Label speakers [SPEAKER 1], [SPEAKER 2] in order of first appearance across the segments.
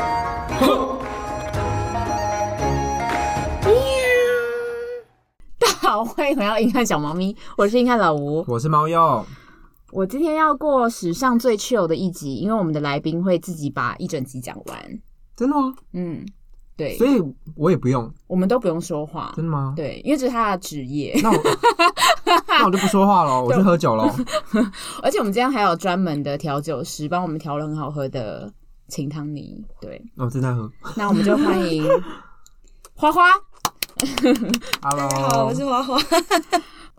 [SPEAKER 1] 好，欢迎回到硬汉小猫咪，我是硬汉老吴。
[SPEAKER 2] 我是猫鼬，
[SPEAKER 1] 我今天要过史上最 chill 的一集，因为我们的来宾会自己把一整集讲完。
[SPEAKER 2] 真的吗？
[SPEAKER 1] 嗯，对，
[SPEAKER 2] 所以我也不用，
[SPEAKER 1] 我们都不用说话。
[SPEAKER 2] 真的吗？
[SPEAKER 1] 对，因为这是他的职业，
[SPEAKER 2] 那 我那我就不说话了，我去喝酒了。
[SPEAKER 1] 而且我们今天还有专门的调酒师帮我们调了很好喝的清汤泥。对，
[SPEAKER 2] 哦，正在喝。
[SPEAKER 1] 那我们就欢迎花花。
[SPEAKER 2] Hello，
[SPEAKER 3] 大家好，我是
[SPEAKER 2] 哦
[SPEAKER 3] 花花。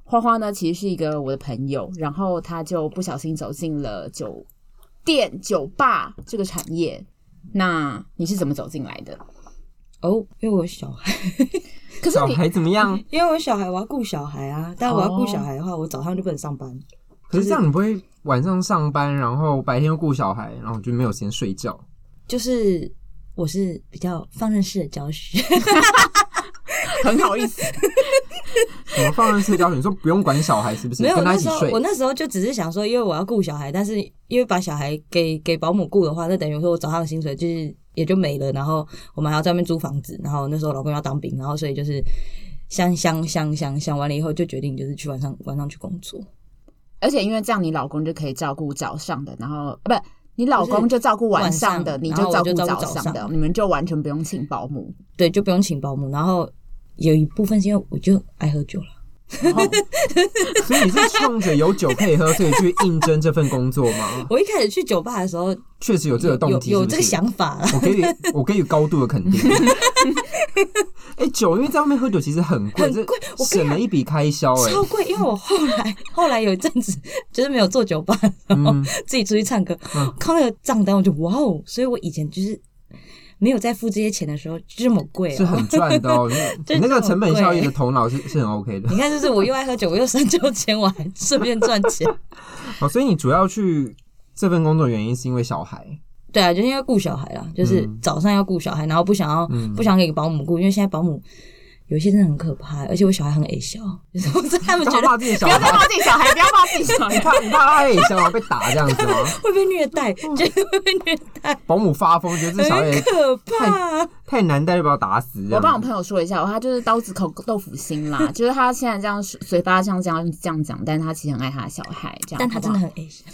[SPEAKER 1] 花花呢，其实是一个我的朋友，然后他就不小心走进了酒店、酒吧这个产业。那你是怎么走进来的？
[SPEAKER 3] 哦，因为我小孩，
[SPEAKER 1] 可是
[SPEAKER 2] 小
[SPEAKER 1] 你
[SPEAKER 2] 孩怎么样？
[SPEAKER 3] 因为我小孩，我要顾小孩啊。但我要顾小孩的话，我早上就不能上班。
[SPEAKER 2] 可是这样你不会晚上上班，然后白天又顾小孩，然后就没有时间睡觉？
[SPEAKER 3] 就是我是比较放任式的教学，
[SPEAKER 1] 很好意思，
[SPEAKER 2] 怎么放任式教学？你说不用管小孩是不是？
[SPEAKER 3] 没有
[SPEAKER 2] 跟他
[SPEAKER 3] 那
[SPEAKER 2] 一起
[SPEAKER 3] 时候
[SPEAKER 2] 睡
[SPEAKER 3] 我。那时候就只是想说，因为我要顾小孩，但是因为把小孩给给保姆雇的话，那等于说我早上的薪水就是也就没了，然后我们还要在外面租房子，然后那时候老公要当兵，然后所以就是想想想想想完了以后，就决定就是去晚上晚上去工作。
[SPEAKER 1] 而且因为这样，你老公就可以照顾早上的，然后啊不，你老公就照顾晚上的，
[SPEAKER 3] 晚上
[SPEAKER 1] 你
[SPEAKER 3] 然后我
[SPEAKER 1] 照
[SPEAKER 3] 就
[SPEAKER 1] 顾
[SPEAKER 3] 照顾
[SPEAKER 1] 早
[SPEAKER 3] 早
[SPEAKER 1] 上的，
[SPEAKER 3] 上
[SPEAKER 1] 你们就完全不用请保 姆。
[SPEAKER 3] 对，就不用请保姆。然后有一部分是因为我就爱喝酒了，
[SPEAKER 1] 然后
[SPEAKER 2] 所以你是冲着有酒可以喝，所以去应征这份工作 吗？
[SPEAKER 3] 我一开始去酒吧的时候
[SPEAKER 2] 确实有这个动机，
[SPEAKER 3] 有有
[SPEAKER 2] 是不是哦
[SPEAKER 3] 这个。想法啦。
[SPEAKER 2] 我给予我给予高度的肯 定。哎、酒因为在外面喝酒其实很贵，
[SPEAKER 3] 很贵
[SPEAKER 2] 这
[SPEAKER 3] 我跟你
[SPEAKER 2] 省了一笔开销哎、
[SPEAKER 3] 超贵，因为我后来 后来有一阵子就是没有做酒吧，然后
[SPEAKER 2] 嗯
[SPEAKER 3] 自己出去唱歌，
[SPEAKER 2] 嗯
[SPEAKER 3] 看那个账单我就哇哦！所以我以前就是没有在付这些钱的时候就这么贵
[SPEAKER 2] 是
[SPEAKER 3] 啊、
[SPEAKER 2] 很赚的哦。
[SPEAKER 3] 这
[SPEAKER 2] 你那个成本效益
[SPEAKER 3] 这
[SPEAKER 2] 的
[SPEAKER 3] 么
[SPEAKER 2] 头脑是是很 OK 的。
[SPEAKER 3] 你看，就是我又爱喝酒，我又省酒钱，我还顺便赚 钱。
[SPEAKER 2] 哦，所以你主要去这份工作的原因是因为小孩，
[SPEAKER 3] 对啊，就是因为顾小孩啦，就是
[SPEAKER 2] 嗯
[SPEAKER 3] 早上要顾小孩，然后不想要、
[SPEAKER 2] 嗯
[SPEAKER 3] 不想给保姆顾，因为现在保姆有一些真的很可怕，而且我小孩很矮小， 就是我在他们
[SPEAKER 2] 干嘛
[SPEAKER 3] 觉得
[SPEAKER 2] 怕自己小
[SPEAKER 1] 不要再
[SPEAKER 2] 孩？
[SPEAKER 1] 抱自己小孩，不要抱自己小
[SPEAKER 2] 你
[SPEAKER 1] 孩。
[SPEAKER 2] 怕你怕他也想被打这样子 吗？
[SPEAKER 3] 会被虐待，觉得会被虐待，
[SPEAKER 2] 保姆发疯，觉得嗯这小孩
[SPEAKER 3] 很
[SPEAKER 2] 也
[SPEAKER 3] 可怕。
[SPEAKER 2] 太难带，就把他打死这
[SPEAKER 1] 我帮我
[SPEAKER 2] 样子。
[SPEAKER 1] 朋友说一下，他就是刀子口豆腐心 啦，就是他现在这样随巴像这样这样讲，但是他其实很爱他的小孩，这样。
[SPEAKER 3] 但他真的很矮小，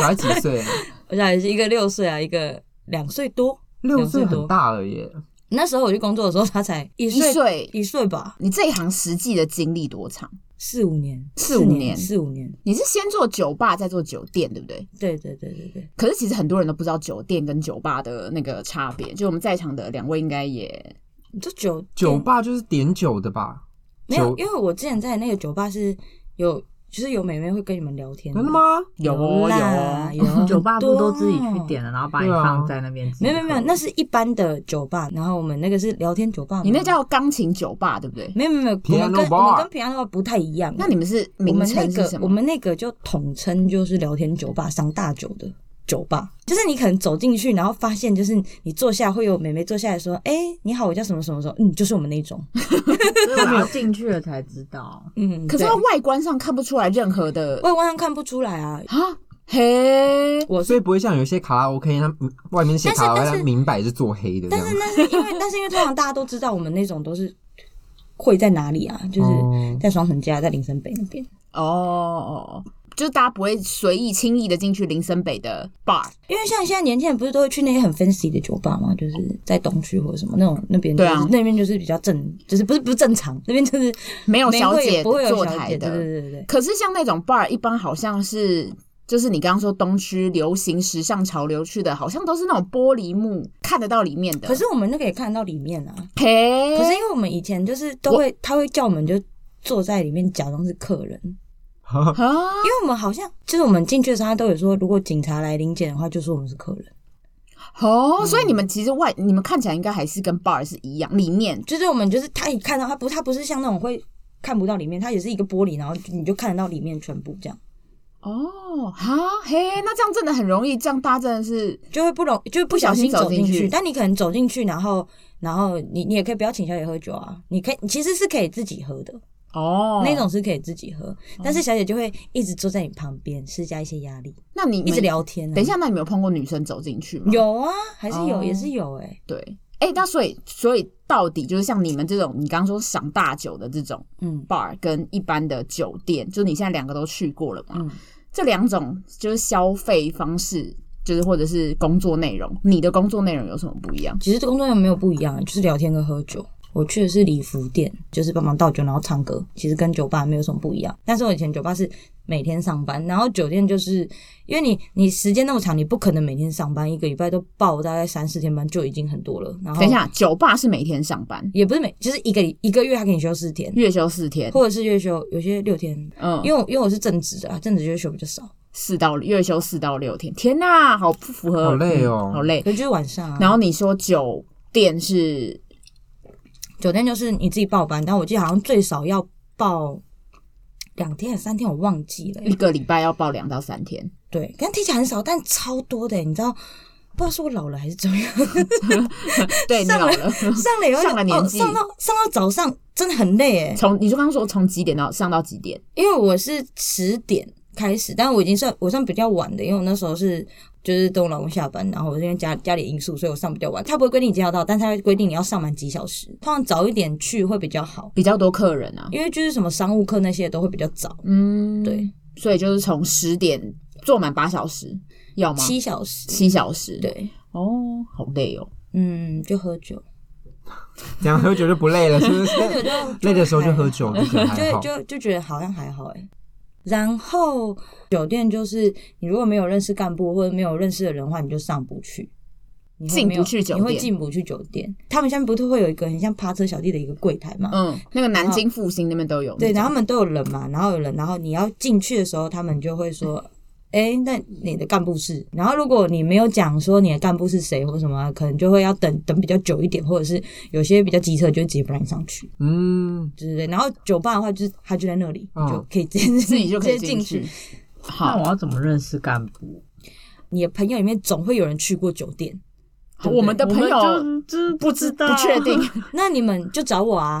[SPEAKER 2] 小孩几 岁？
[SPEAKER 3] 我小孩是一个六岁啊，一个两岁多。
[SPEAKER 2] 六岁
[SPEAKER 3] 两岁多
[SPEAKER 2] 很大了耶。
[SPEAKER 3] 那时候我去工作的时候，他才一
[SPEAKER 1] 一
[SPEAKER 3] 岁，
[SPEAKER 1] 岁，
[SPEAKER 3] 一岁吧，
[SPEAKER 1] 你这一行实际的经历多长？
[SPEAKER 3] 四五年，
[SPEAKER 1] 四五年
[SPEAKER 3] 四五年。
[SPEAKER 1] 你是先做酒吧，再做酒店，对不对？
[SPEAKER 3] 对对对对对，
[SPEAKER 1] 可是其实很多人都不知道酒店跟酒吧的那个差别，就我们在场的两位应该也
[SPEAKER 3] 你这酒店
[SPEAKER 2] 酒吧就是点酒的吧？
[SPEAKER 3] 没有
[SPEAKER 2] 酒，
[SPEAKER 3] 因为我之前在那个酒吧是有，就是有美眉会跟你们聊天。
[SPEAKER 2] 真的？吗？
[SPEAKER 1] 有哦有啊
[SPEAKER 3] 啦
[SPEAKER 1] 哦，
[SPEAKER 3] 有很多
[SPEAKER 4] 酒吧不是都自己去点了，然后 把你放在那边自己
[SPEAKER 3] 没
[SPEAKER 4] 喝？
[SPEAKER 3] 有没有没有，那是一般的酒吧，然后我们那个是聊天酒吧嘛。
[SPEAKER 1] 你那叫钢琴酒吧，对不对？
[SPEAKER 3] 没有没有没有，
[SPEAKER 2] 平
[SPEAKER 3] 我
[SPEAKER 2] 安
[SPEAKER 3] 们跟
[SPEAKER 2] bar
[SPEAKER 3] 我们跟平安的话不太一样。
[SPEAKER 1] 那你们是
[SPEAKER 3] 我
[SPEAKER 1] 名
[SPEAKER 3] 们那
[SPEAKER 1] 称是
[SPEAKER 3] 个
[SPEAKER 1] 什么？
[SPEAKER 3] 我们那个就统称就是聊天酒吧，上大酒的酒吧，就是你可能走进去，然后发现就是你坐下会有美眉坐下来说：“哎、你好，我叫什么什么什么。”嗯，就是我们那种。
[SPEAKER 4] 所以我要进去了才知道。
[SPEAKER 3] 嗯，
[SPEAKER 1] 可是
[SPEAKER 3] 对哦
[SPEAKER 1] 它外观上看不出来任何的
[SPEAKER 3] 外观上看不出来啊。
[SPEAKER 1] 啊，嘿，
[SPEAKER 3] 我
[SPEAKER 2] 所
[SPEAKER 3] 是
[SPEAKER 2] 以不会像有一些卡拉 OK，它嗯外面写
[SPEAKER 3] 但是
[SPEAKER 2] 卡拉
[SPEAKER 3] 但
[SPEAKER 2] OK，
[SPEAKER 3] 是
[SPEAKER 2] 它明摆是做黑的这
[SPEAKER 3] 但
[SPEAKER 2] 样
[SPEAKER 3] 是
[SPEAKER 2] 子。
[SPEAKER 3] 但是因为但是因为通常大家都知道我们那种都是会在哪里啊，就是
[SPEAKER 2] 哦
[SPEAKER 3] 在双城街啊，在林森北那边。
[SPEAKER 1] 哦哦，哦就是大家不会随意轻易的进去林森北的 bar，
[SPEAKER 3] 因为像现在年轻人不是都会去那些很 fancy 的酒吧嘛，就是在东区或者什么那种那边、就
[SPEAKER 1] 对
[SPEAKER 3] 是，
[SPEAKER 1] 啊
[SPEAKER 3] 那边就是比较正，就是不是不是正常， 那边就是
[SPEAKER 1] 没有小姐
[SPEAKER 3] 不会有
[SPEAKER 1] 坐
[SPEAKER 3] 小
[SPEAKER 1] 台
[SPEAKER 3] 姐
[SPEAKER 1] 的。
[SPEAKER 3] 对对对对。
[SPEAKER 1] 可是像那种 bar，一般好像是就是你刚刚说东区流行时尚潮流去的，好像都是那种玻璃幕看得到里面的。
[SPEAKER 3] 可是我们那个也看得到里面啊，
[SPEAKER 1] 嘿，
[SPEAKER 3] 可是因为我们以前就是都会，他会叫我们就坐在里面假装是客人，因
[SPEAKER 1] 啊，
[SPEAKER 3] 为我们好像就是我们进去的时候，他都有说，如果警察来临检的话，就说我们是客人，
[SPEAKER 1] 哦，
[SPEAKER 3] 嗯
[SPEAKER 1] 所以你们其实外你们看起来应该还是跟 bar 是一样，里面
[SPEAKER 3] 就是我们就是他一看到他不，他不是像那种会看不到里面，他也是一个玻璃，然后你就看得到里面全部这样，
[SPEAKER 1] 哦哈嘿，那这样真的很容易，这样大家真的是
[SPEAKER 3] 就会不容就不小心
[SPEAKER 1] 不小心走
[SPEAKER 3] 走
[SPEAKER 1] 进
[SPEAKER 3] 进
[SPEAKER 1] 去
[SPEAKER 3] 去，但你可能走进去，然后然后你你也可以不要请小姐喝酒啊，你可以其实是可以自己喝的，
[SPEAKER 1] 哦
[SPEAKER 3] 那。种是可以自己喝，但是小姐就会一直坐在你旁边，施加一些压力，
[SPEAKER 1] 那你们
[SPEAKER 3] 一直。聊天、啊。
[SPEAKER 1] 等一下，那你们有碰过女生走进去吗？
[SPEAKER 3] 有啊，还是有，
[SPEAKER 1] 哦
[SPEAKER 3] 也是有哎、
[SPEAKER 1] 对，哎、那所以所以到底就是像你们这种，你刚刚说赏大酒的这种
[SPEAKER 3] 嗯
[SPEAKER 1] bar 跟一般的酒店，就你现在两个都去过了嘛？
[SPEAKER 3] 嗯
[SPEAKER 1] 这两种就是消费方式，就是或者是工作内容，你的工作内容有什么不一样？
[SPEAKER 3] 其实这工作量没有不一样，就是聊天跟喝酒。我去的是礼服店，就是帮忙倒酒，然后唱歌，其实跟酒吧没有什么不一样。但是我以前酒吧是每天上班，然后酒店就是因为你你时间那么长，你不可能每天上班，一个礼拜都报大概三四天班就已经很多了。然后
[SPEAKER 1] 等一，下，酒吧是每天上班，
[SPEAKER 3] 也不是每就是一个一个月他给你休四天，
[SPEAKER 1] 月休四天，
[SPEAKER 3] 或者是月休有些六天，
[SPEAKER 1] 嗯，
[SPEAKER 3] 因为我因为我是正职的啊，正职就休比较少，
[SPEAKER 1] 四到月休四到六天，天呐，好不符合，嗯
[SPEAKER 2] 好累哦
[SPEAKER 1] 好累
[SPEAKER 3] 可。是就是晚上啊。
[SPEAKER 1] 然后你说酒店是
[SPEAKER 3] 酒店就是你自己报班，但我记得好像最少要报两天还是三天，我忘记了。
[SPEAKER 1] 一个礼拜要报两到三天，
[SPEAKER 3] 对，但听起来很少，但超多的，欸你知道？不知道是我老了还是怎么样，
[SPEAKER 1] 对你
[SPEAKER 3] 上
[SPEAKER 1] 老了。
[SPEAKER 3] 上了以后就
[SPEAKER 1] 上了年纪
[SPEAKER 3] 哦，上到上到早上真的很累哎，
[SPEAKER 1] 从你就刚刚说从几点到上到几点？
[SPEAKER 3] 因为我是十点开始，但我已经算我算比较晚的，因为我那时候是就是等我老公下班，然后我是因为家家里因素，所以我上比较晚。他不会规定你几点要到，但他会规定你要上满几小时，通常早一点去会比较好，
[SPEAKER 1] 比较多客人啊，
[SPEAKER 3] 因为就是什么商务课那些都会比较早，
[SPEAKER 1] 嗯，
[SPEAKER 3] 对，，
[SPEAKER 1] 所以就是从十点坐满八小时，要吗？
[SPEAKER 3] 七小时，
[SPEAKER 1] 七小时，，
[SPEAKER 3] 对，
[SPEAKER 1] 哦，好累哦。
[SPEAKER 3] 嗯，就喝酒，
[SPEAKER 2] 这样喝酒就不累了，是不
[SPEAKER 3] 喝酒
[SPEAKER 2] 是？
[SPEAKER 3] 就
[SPEAKER 2] 累的时候就喝酒，就觉得还
[SPEAKER 3] 就
[SPEAKER 2] 嗯好。
[SPEAKER 3] 就就觉得好像还好哎、然后酒店就是你如果没有认识干部或者没有认识的人的话，你就上不去，你会
[SPEAKER 1] 进
[SPEAKER 3] 没有
[SPEAKER 1] 不去酒
[SPEAKER 3] 你会
[SPEAKER 1] 店
[SPEAKER 3] 进不去酒店。他们现在不是会有一个很像趴车小弟的一个柜台嘛？
[SPEAKER 1] 嗯，那个南京复兴那边都有那种，
[SPEAKER 3] 对，然后他们都有人嘛，然后有人，然后你要进去的时候，他们就会说。哎，那你的干部是？然后如果你没有讲说你的干部是谁或什么，啊可能就会要等等比较久一点，或者是有些比较急车就直接不让你上去。
[SPEAKER 2] 嗯，
[SPEAKER 3] 对对对，然后酒吧的话，就是他就在那里，
[SPEAKER 2] 嗯
[SPEAKER 3] 你就可以直接
[SPEAKER 1] 自己就可以
[SPEAKER 3] 直接进
[SPEAKER 1] 去
[SPEAKER 3] 去。。
[SPEAKER 4] 那
[SPEAKER 1] 好
[SPEAKER 4] 我，要怎么认识干部？
[SPEAKER 3] 你的朋友里面总会有人去过酒店，
[SPEAKER 1] 好我们的朋友
[SPEAKER 4] 们就就
[SPEAKER 1] 不知不确 定，
[SPEAKER 3] 那你们就找我啊，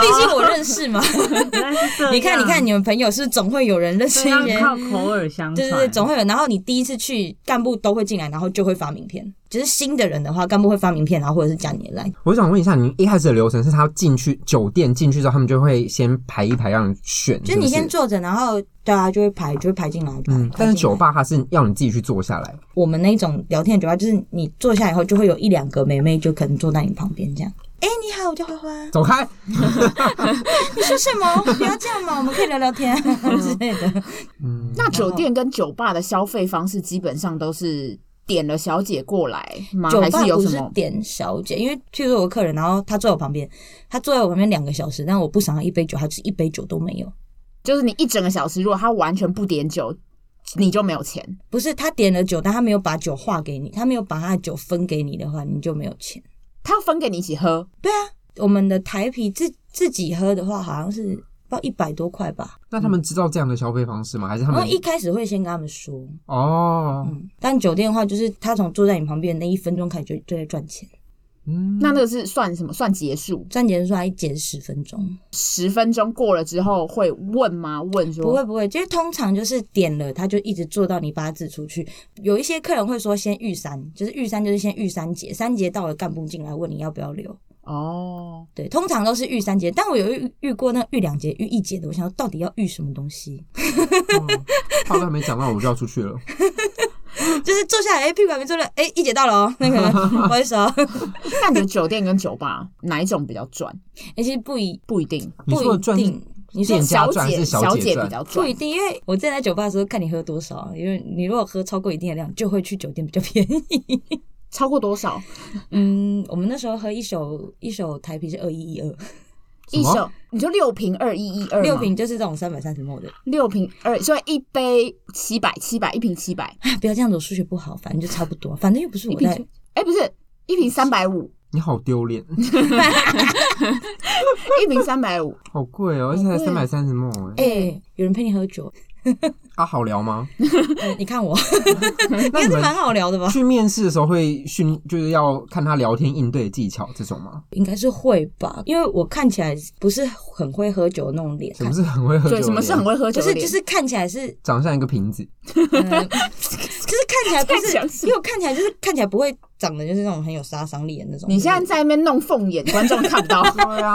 [SPEAKER 3] 毕竟我认识嘛。
[SPEAKER 4] 原来是这
[SPEAKER 5] 啊
[SPEAKER 4] 样
[SPEAKER 3] 你看，你看，你们朋友是不是总会有人认识
[SPEAKER 4] 对
[SPEAKER 3] 一
[SPEAKER 4] 他们
[SPEAKER 3] 些，
[SPEAKER 4] 靠口耳相传，
[SPEAKER 3] 对对
[SPEAKER 5] 啊
[SPEAKER 3] 对，总会有。然后你第一次去，干部都会进来，然后就会发名片。就是新的人的话，干部会发名片，然后或者是加你的 line。
[SPEAKER 2] 我想问一下，你一开始的流程是他进去酒店进去之后，他们就会先排一排让你选，
[SPEAKER 3] 就是你
[SPEAKER 2] 是不是
[SPEAKER 3] 先坐着，然后对啊，就会排，就会排进来。排
[SPEAKER 2] 嗯，但是
[SPEAKER 3] 排进来
[SPEAKER 2] 酒吧它是要你自己去坐下来，
[SPEAKER 3] 我们那一种聊天的酒吧，就是你坐下以后，就会有一两个妹妹就可能坐在你旁边这样。哎、你好，我叫花花。
[SPEAKER 2] 走
[SPEAKER 3] 嗯
[SPEAKER 2] 开。
[SPEAKER 3] 你说什 么？不要这样嘛，我们可以聊聊天 啊之类的。
[SPEAKER 2] 嗯，
[SPEAKER 1] 那酒店跟酒吧的消费方式基本上都是点了小姐过来吗？
[SPEAKER 3] 酒
[SPEAKER 1] 还
[SPEAKER 3] 吧
[SPEAKER 1] 有
[SPEAKER 3] 不
[SPEAKER 1] 什
[SPEAKER 3] 是
[SPEAKER 1] 么？
[SPEAKER 3] 点小姐，因为譬如说我客人，然后他坐在我旁边，他坐在我旁边两个小时，但我不赏他一杯酒，他就是一杯酒都没有。
[SPEAKER 1] 就是你一整个小时，如果他完全不点酒，你就没有钱。
[SPEAKER 3] 不是他点了酒，但他没有把酒划给你，他没有把他的酒分给你的话，你就没有钱。
[SPEAKER 1] 他要分给你一起喝，
[SPEAKER 3] 我们的台啤自自己喝的话，好像是不知道一百多块吧。
[SPEAKER 2] 那他们知道这样的消费方式吗？还是他
[SPEAKER 3] 然后
[SPEAKER 2] 们
[SPEAKER 3] 一开始会先跟他们说，
[SPEAKER 2] 哦，
[SPEAKER 3] 嗯，但酒店的话，就是他从坐在你旁边的那一分钟开始就就在赚钱，
[SPEAKER 2] 嗯，
[SPEAKER 1] 那那个是算什么？算结束？
[SPEAKER 3] 赚钱的时候他一节十分钟。
[SPEAKER 1] 十分钟过了之后会问吗？问说
[SPEAKER 3] 不会不会，就是通常就是点了，他就一直做到你八字出去。有一些客人会说先预三，就是预三就是先预三节，三节到了干部进来问你要不要留。
[SPEAKER 1] 哦，
[SPEAKER 3] 对，通常都是预三节，但我有遇遇过那预两节、预一节的，我想说到底要预什么东西？
[SPEAKER 2] 哦话都还没讲到，我就要出去了。
[SPEAKER 3] 就是坐下来，哎、屁股还没坐热，哎、一节到了哦，那个 不好意思哦。
[SPEAKER 1] 那你的酒店跟酒吧哪一种比较赚？
[SPEAKER 3] 哎、其实不一
[SPEAKER 1] 不一定，
[SPEAKER 2] 你
[SPEAKER 3] 不
[SPEAKER 2] 说
[SPEAKER 3] 一
[SPEAKER 2] 的赚是
[SPEAKER 3] 定，你说
[SPEAKER 2] 店家
[SPEAKER 1] 小
[SPEAKER 2] 赚还
[SPEAKER 1] 姐
[SPEAKER 2] 是小
[SPEAKER 1] 小
[SPEAKER 2] 姐
[SPEAKER 1] 姐
[SPEAKER 2] 赚
[SPEAKER 1] 比较
[SPEAKER 3] 不
[SPEAKER 1] 赚
[SPEAKER 3] 一。定，因为我之前在酒吧的时候看你喝多少，因为你如果喝超过一定的量，就会去酒店比较便宜。
[SPEAKER 1] 超过多少？
[SPEAKER 3] 嗯，我们那时候喝一手一手台啤是二一一二，
[SPEAKER 1] 一
[SPEAKER 2] 么
[SPEAKER 1] 手你说六瓶二一一二，
[SPEAKER 3] 六瓶就是这种三百三十 ml 的、
[SPEAKER 1] 六瓶二，所以一杯七百七百，一瓶七百，
[SPEAKER 3] 啊。不要这样子，我数学不好，反正就差不多，反正又不是
[SPEAKER 1] 一
[SPEAKER 3] 我
[SPEAKER 1] 瓶
[SPEAKER 3] 在。
[SPEAKER 1] 七哎不是一瓶三百五，
[SPEAKER 2] 你好丢脸，
[SPEAKER 1] 一瓶三百五，
[SPEAKER 2] 好贵哦，而且才
[SPEAKER 1] 好贵
[SPEAKER 2] 三百三十梦哎。
[SPEAKER 3] 哎、有人陪你喝酒，
[SPEAKER 2] 啊，好聊吗？
[SPEAKER 3] 呃你看我，
[SPEAKER 2] 那
[SPEAKER 3] 应该
[SPEAKER 2] 你
[SPEAKER 3] 是
[SPEAKER 2] 们
[SPEAKER 3] 蛮好聊的吧？
[SPEAKER 2] 去面试的时候会训，就是要看他聊天应对技巧这种吗？
[SPEAKER 3] 应该是会吧，因为我看起来不是很会喝酒的那种脸，啊
[SPEAKER 2] 什
[SPEAKER 3] 看
[SPEAKER 2] 么是很会喝酒？
[SPEAKER 1] 对，什么是很？会喝
[SPEAKER 3] 不
[SPEAKER 1] 酒的
[SPEAKER 3] 是
[SPEAKER 1] 脸？
[SPEAKER 3] 就是看起来是
[SPEAKER 2] 长相一个瓶子，
[SPEAKER 3] 嗯， 就是看起来不
[SPEAKER 1] 在讲
[SPEAKER 3] 是，
[SPEAKER 1] 什
[SPEAKER 3] 因
[SPEAKER 1] 么
[SPEAKER 3] 为我看起来就是看起来不会长得就是那种很有杀伤力的那种。
[SPEAKER 1] 你现在在那边弄凤眼，观众看不到。
[SPEAKER 2] 对 啊，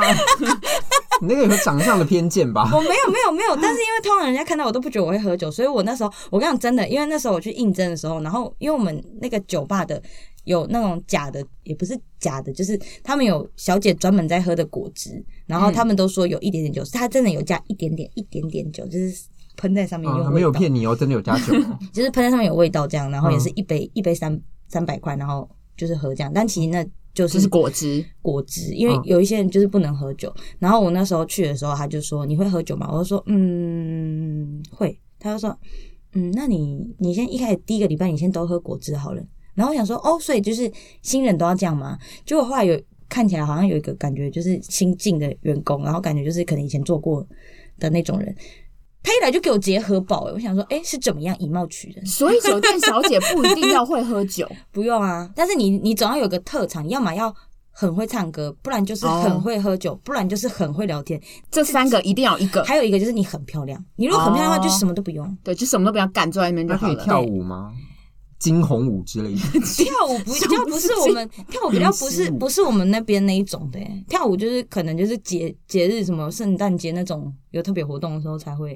[SPEAKER 2] 你那个有长相的偏见吧？
[SPEAKER 3] 我没有没有没有，但是因为通常人家看到我都不觉得我会喝酒，所以我那时候我跟你讲真的，因为那时候我去应征的时候，然后因为我们那个酒吧的有那种假的，也不是假的，就是他们有小姐专门在喝的果汁，然
[SPEAKER 1] 嗯
[SPEAKER 3] 后他们都说有一点点酒，是它真的有加一点点一点点酒，就是喷在上面
[SPEAKER 2] 啊，
[SPEAKER 3] 用、
[SPEAKER 2] 没有，骗 你哦，真的有加酒 哦。
[SPEAKER 3] 就是喷在上面有味道这样，然后也是
[SPEAKER 2] 嗯
[SPEAKER 3] 一杯、一杯三三百块，然后就是喝这样，但其实那就
[SPEAKER 1] 这
[SPEAKER 3] 是
[SPEAKER 1] 是果汁，
[SPEAKER 3] 果汁，因为
[SPEAKER 2] 嗯
[SPEAKER 3] 有一些人就是不能喝酒。然后我那时候去的时候，他就说你会喝酒吗？我就说嗯会。他就说嗯，那你你先一开始第一个礼拜你先都喝果汁好了。然后我想说哦，所以就是新人都要这样吗？结果后来有看起来好像有一个感觉就是新进的员工，然后感觉就是可能以前做过的那种人。他一来就给我直接喝饱、欸，我想说，哎、是怎么样以貌取人？
[SPEAKER 1] 所以酒店小姐不一定要会喝酒，
[SPEAKER 3] 不用啊，但是你你总要有个特长，要么要很会唱歌，不然就是很会喝酒，不然就是很会聊天。
[SPEAKER 1] 这三个一定要一个。
[SPEAKER 3] 还有一个就是你很漂亮，你如果很漂亮的
[SPEAKER 1] 哦
[SPEAKER 3] 话，就是什么都不用。
[SPEAKER 1] 对，就什么都不要干，坐在那边就
[SPEAKER 2] 那
[SPEAKER 1] 好
[SPEAKER 2] 可以
[SPEAKER 1] 了。
[SPEAKER 2] 跳舞吗？惊鸿舞之类的，
[SPEAKER 3] 跳舞不比较不是我们跳舞比较不
[SPEAKER 2] 临
[SPEAKER 3] 是
[SPEAKER 2] 时舞
[SPEAKER 3] 不是我们那边那一种的、欸，跳舞就是可能就是节节日什么圣诞节那种有特别活动的时候才会。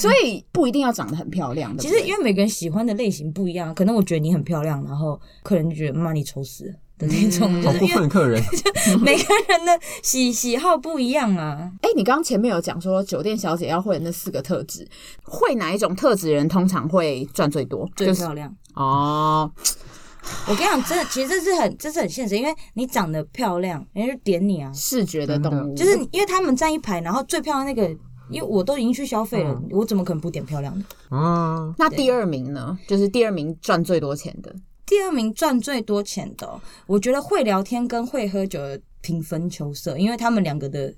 [SPEAKER 1] 所以不一定要长得很漂亮。
[SPEAKER 3] 其
[SPEAKER 1] 对不
[SPEAKER 3] 实
[SPEAKER 1] 对
[SPEAKER 3] 因为每个人喜欢的类型不一样，啊可能我觉得你很漂亮，然后客人就觉得妈你丑死了的那种，
[SPEAKER 2] 好
[SPEAKER 3] 就是
[SPEAKER 2] 过
[SPEAKER 3] 因
[SPEAKER 2] 分的客 人。
[SPEAKER 3] 为每个人的喜喜好不一样啊。
[SPEAKER 1] 哎、你刚刚前面有讲说酒店小姐要会的那四个特质，会哪一种特质的人通常会赚最多？
[SPEAKER 3] 最
[SPEAKER 1] 是
[SPEAKER 3] 漂亮。
[SPEAKER 1] 哦，
[SPEAKER 3] 我跟你讲，真的，其实这是很，这是很现实，因为你长得漂亮，人家就点你啊。
[SPEAKER 1] 视觉的动物
[SPEAKER 3] 就是因为他们站一排，然后最漂亮那个，因为我都已经去消费了，我怎么可能不点漂亮的？
[SPEAKER 2] 嗯，
[SPEAKER 1] 那第二名呢？就是第二名赚最多钱的，
[SPEAKER 3] 第二名赚最多钱的哦、我觉得会聊天跟会喝酒的平分秋色，因为他们两个的。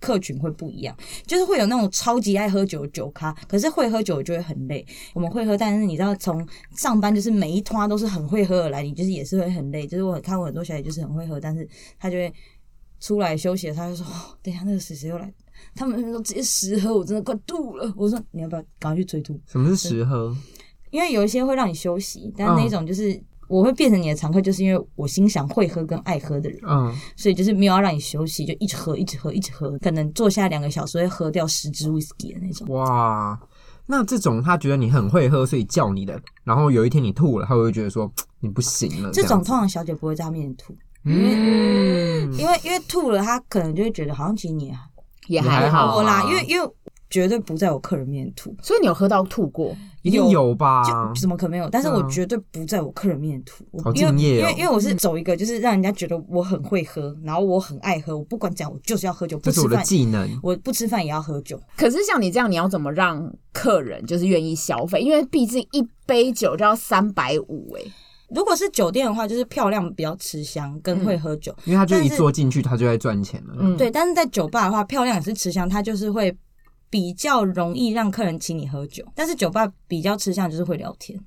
[SPEAKER 3] 客群会不一样，就是会有那种超级爱喝酒的酒咖，可是会喝酒就会很累。我们会喝，但是你知道，从上班就是每一拖都是很会喝的来，你就是也是会很累。就是我看过很多小姐就是很会喝，但是她就会出来休息，她就说：“哦、等一下那个谁谁又来。”他们都直接十喝，我真的快吐了。我说：“你要不要赶快去催吐？”
[SPEAKER 2] 什么是食喝？
[SPEAKER 3] 因为有一些会让你休息，但
[SPEAKER 2] 嗯
[SPEAKER 3] 那种就是、我会变成你的常客，就是因为我欣赏会喝跟爱喝的人，
[SPEAKER 2] 嗯，
[SPEAKER 3] 所以就是没有要让你休息，就一直喝，一直喝，一直喝，可能坐下两个小时会喝掉十支 whisky 的那种。
[SPEAKER 2] 哇，那这种他觉得你很会喝，所以叫你的，然后有一天你吐了，他会觉得说嘖你不行了。
[SPEAKER 3] 这
[SPEAKER 2] 样
[SPEAKER 3] 种
[SPEAKER 2] 子
[SPEAKER 3] 通常小姐不会在她面前吐，
[SPEAKER 2] 嗯，
[SPEAKER 3] 因为因为吐了，她可能就会觉得好像其实你也
[SPEAKER 1] 也
[SPEAKER 2] 还
[SPEAKER 1] 还
[SPEAKER 2] 好
[SPEAKER 1] 好。
[SPEAKER 3] 我
[SPEAKER 2] 嗯
[SPEAKER 3] 啦，
[SPEAKER 2] 啊
[SPEAKER 3] 因为因为绝对不在我客人面前吐，
[SPEAKER 1] 所以你有喝到吐过？
[SPEAKER 2] 一定有吧
[SPEAKER 3] 就？怎么可能没有？但是我
[SPEAKER 2] 啊嗯
[SPEAKER 3] 绝对不在我客人面前吐，我
[SPEAKER 2] 好
[SPEAKER 3] 因为
[SPEAKER 2] 敬业
[SPEAKER 3] 因
[SPEAKER 2] 哦
[SPEAKER 3] 为因为我是走一个就是让人家觉得我很会喝，然后我很爱喝，我不管讲我就是要喝酒，不
[SPEAKER 2] 这是
[SPEAKER 3] 吃
[SPEAKER 2] 我的
[SPEAKER 3] 饭
[SPEAKER 2] 技能。
[SPEAKER 3] 我不吃饭也要喝酒，
[SPEAKER 1] 可是像你这样，你要怎么让客人就是愿意消费？因为毕竟一杯酒就要三百五，哎，
[SPEAKER 3] 如果是酒店的话，就是漂亮比较吃香，跟会喝酒。
[SPEAKER 2] 因为他就
[SPEAKER 3] 但
[SPEAKER 2] 一
[SPEAKER 3] 是
[SPEAKER 2] 坐进去，他就在赚钱了。
[SPEAKER 1] 嗯
[SPEAKER 3] 对，但是在酒吧的话，漂亮也是吃香，它就是会比较容易让客人请你喝酒。但是酒吧比较吃香就是会聊天，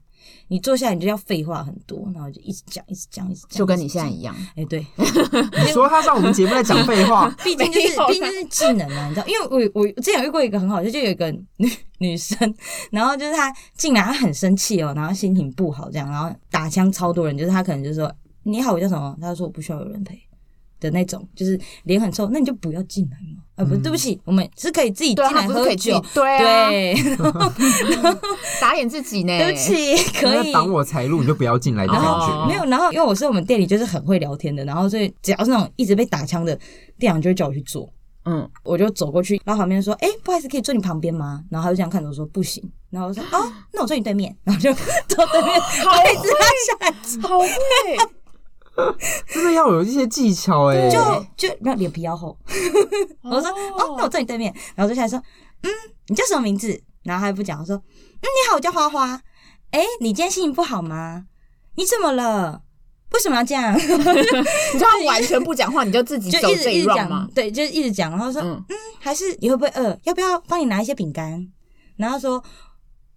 [SPEAKER 3] 你坐下来你就要废话很多，然后就一直讲，一直讲，一直讲，
[SPEAKER 1] 就跟
[SPEAKER 3] 一
[SPEAKER 1] 你
[SPEAKER 3] 直
[SPEAKER 1] 现
[SPEAKER 3] 讲
[SPEAKER 1] 在一样。
[SPEAKER 3] 哎、对，
[SPEAKER 2] 你说他上我们节目在讲废 话
[SPEAKER 3] 毕竟就是
[SPEAKER 1] 没有啦
[SPEAKER 3] 毕竟就是技能啊，你知道？因为我我我之前有遇过一个很好笑，就有一个女女生，然后就是她进来，她很生气哦，然后心情不好这样，然后打枪超多人，就是她可能就说你好，我叫什么？她就说我不需要有人陪的那种，就是脸很臭，那你就不要进来嘛。啊，
[SPEAKER 2] 嗯
[SPEAKER 3] 不，对不起，我们是可以自己进
[SPEAKER 1] 对啊，他
[SPEAKER 3] 来
[SPEAKER 1] 不是
[SPEAKER 3] 喝
[SPEAKER 1] 可以自己
[SPEAKER 3] 酒。
[SPEAKER 1] 对啊，
[SPEAKER 3] 对，
[SPEAKER 1] 打脸自己呢。
[SPEAKER 3] 对不，起，
[SPEAKER 1] 哎
[SPEAKER 3] 可以
[SPEAKER 2] 那。挡我财路，你就不要进来的
[SPEAKER 3] 然
[SPEAKER 2] 感
[SPEAKER 1] 哦
[SPEAKER 3] 后
[SPEAKER 2] 觉。
[SPEAKER 3] 没有，然后因为我是我们店里就是很会聊天的，然后所以只要是那种一直被打枪的店长就会叫我去做。
[SPEAKER 1] 嗯，
[SPEAKER 3] 我就走过去，然后旁边说：“哎、不好意思，可以坐你旁边吗？”然后他就这样看着我说：“不行。”然后我说：“ 哦，那我坐你对面。”然后就坐对面，
[SPEAKER 1] 好
[SPEAKER 3] 一直拉下来，
[SPEAKER 1] 好 会，
[SPEAKER 2] 真的要有一些技巧哎、
[SPEAKER 3] 就就没有脸皮要厚。我说：“哦，那我
[SPEAKER 1] 哦，
[SPEAKER 3] 坐你对面。”然后坐下来说：“嗯，你叫什么名字？”然后他也不讲，我说：“嗯，你好，我叫花花。哎、你今天心情不好吗？你怎么了？为什么要这样？”
[SPEAKER 1] 你知道他完全不讲话，你就自己
[SPEAKER 3] 就
[SPEAKER 1] 走
[SPEAKER 3] 一
[SPEAKER 1] 这
[SPEAKER 3] 直一直
[SPEAKER 1] round 吗
[SPEAKER 3] 讲？，对，就是一直讲。然后说：“
[SPEAKER 1] 嗯，
[SPEAKER 3] 还是你会不会饿？要不要帮你拿一些饼干？然后他说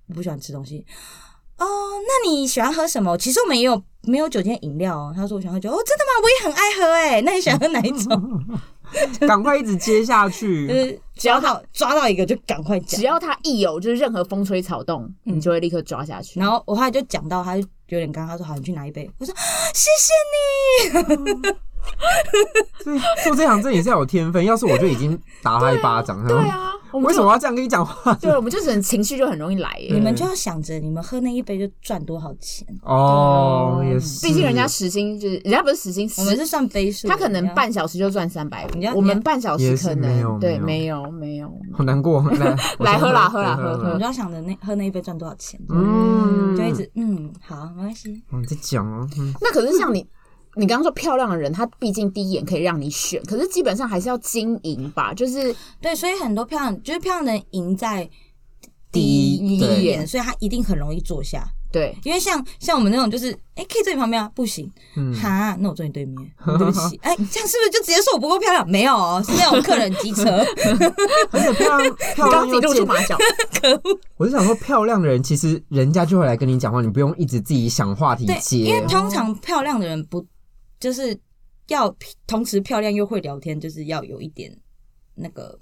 [SPEAKER 3] 我不喜欢吃东西。哦，那你喜欢喝什么？其实我们也
[SPEAKER 1] 嗯
[SPEAKER 3] 欸有没有酒精饮料哦。他说我喜欢喝酒。哦，真的吗？我也很爱喝哎、那你喜欢喝哪一种？
[SPEAKER 2] 赶快一直接下
[SPEAKER 3] 就
[SPEAKER 2] 去。
[SPEAKER 3] 是只要到抓到一个就赶快讲
[SPEAKER 1] 只。要他一有就是任何风吹草动，
[SPEAKER 3] 嗯
[SPEAKER 1] 你就会立刻抓下去。
[SPEAKER 3] 然后我后来就讲到，他就有点尴尬，他说：“好，你去拿一杯。”我说：“谢谢你。
[SPEAKER 2] 所以做这行真的也是要有天分，要是我就已经打他一巴掌。然
[SPEAKER 1] 对
[SPEAKER 2] 后
[SPEAKER 1] 啊，我们
[SPEAKER 2] 为
[SPEAKER 1] 就
[SPEAKER 2] 什么要这样跟你讲话？
[SPEAKER 1] 对，我们就只能情绪就很容易来耶
[SPEAKER 2] 对
[SPEAKER 3] 你。们就要想着你们喝那一杯就赚多少钱，
[SPEAKER 2] 哦，也
[SPEAKER 1] 啊
[SPEAKER 2] 是，
[SPEAKER 1] 毕竟人家时薪就是人家不是时薪，
[SPEAKER 3] 我们是算杯数的。
[SPEAKER 1] 他可能
[SPEAKER 3] 你要
[SPEAKER 1] 半小时就赚三百
[SPEAKER 3] 你要
[SPEAKER 1] 五，我们半小时
[SPEAKER 2] 也是
[SPEAKER 1] 可
[SPEAKER 2] 没有
[SPEAKER 1] 能对
[SPEAKER 2] 没
[SPEAKER 1] 没有没有。
[SPEAKER 2] 好难 过。来我
[SPEAKER 1] 来
[SPEAKER 2] 先
[SPEAKER 1] 喝啦喝啦喝
[SPEAKER 3] 我们
[SPEAKER 1] 喝
[SPEAKER 3] 就要想着那喝那一杯赚多少钱，
[SPEAKER 2] 嗯，
[SPEAKER 3] 就一直嗯好没关系。
[SPEAKER 2] 哦你在讲哦，嗯
[SPEAKER 1] 那可是像 你，你刚刚说漂亮的人，他毕竟第一眼可以让你选，可是基本上还是要经营吧，就是
[SPEAKER 3] 对，所以很多漂亮就是漂亮的人赢在
[SPEAKER 1] 第
[SPEAKER 3] 第一
[SPEAKER 1] 一
[SPEAKER 3] 第一
[SPEAKER 1] 眼
[SPEAKER 3] 眼，所以他一定很容易坐下。
[SPEAKER 1] 对
[SPEAKER 3] 因为像像我们那种就是哎、可以坐你旁边啊，不行，
[SPEAKER 2] 嗯，
[SPEAKER 3] 哈，那我坐你对面，对 不起。哎、这样是不是就直接说我不够漂亮？没有哦，是那种客人机 车。
[SPEAKER 2] 而且漂亮漂
[SPEAKER 1] 你刚
[SPEAKER 2] 亮
[SPEAKER 1] 刚自
[SPEAKER 2] 又
[SPEAKER 1] 己露出
[SPEAKER 2] 健
[SPEAKER 1] 马脚，
[SPEAKER 2] 我是想说，漂亮的人其实人家就会来跟你讲话，你不用一直自己想话题
[SPEAKER 3] 对，因为
[SPEAKER 2] 接。
[SPEAKER 3] 通常漂亮的人不就是要同时漂亮又会聊天，就是要有一点那个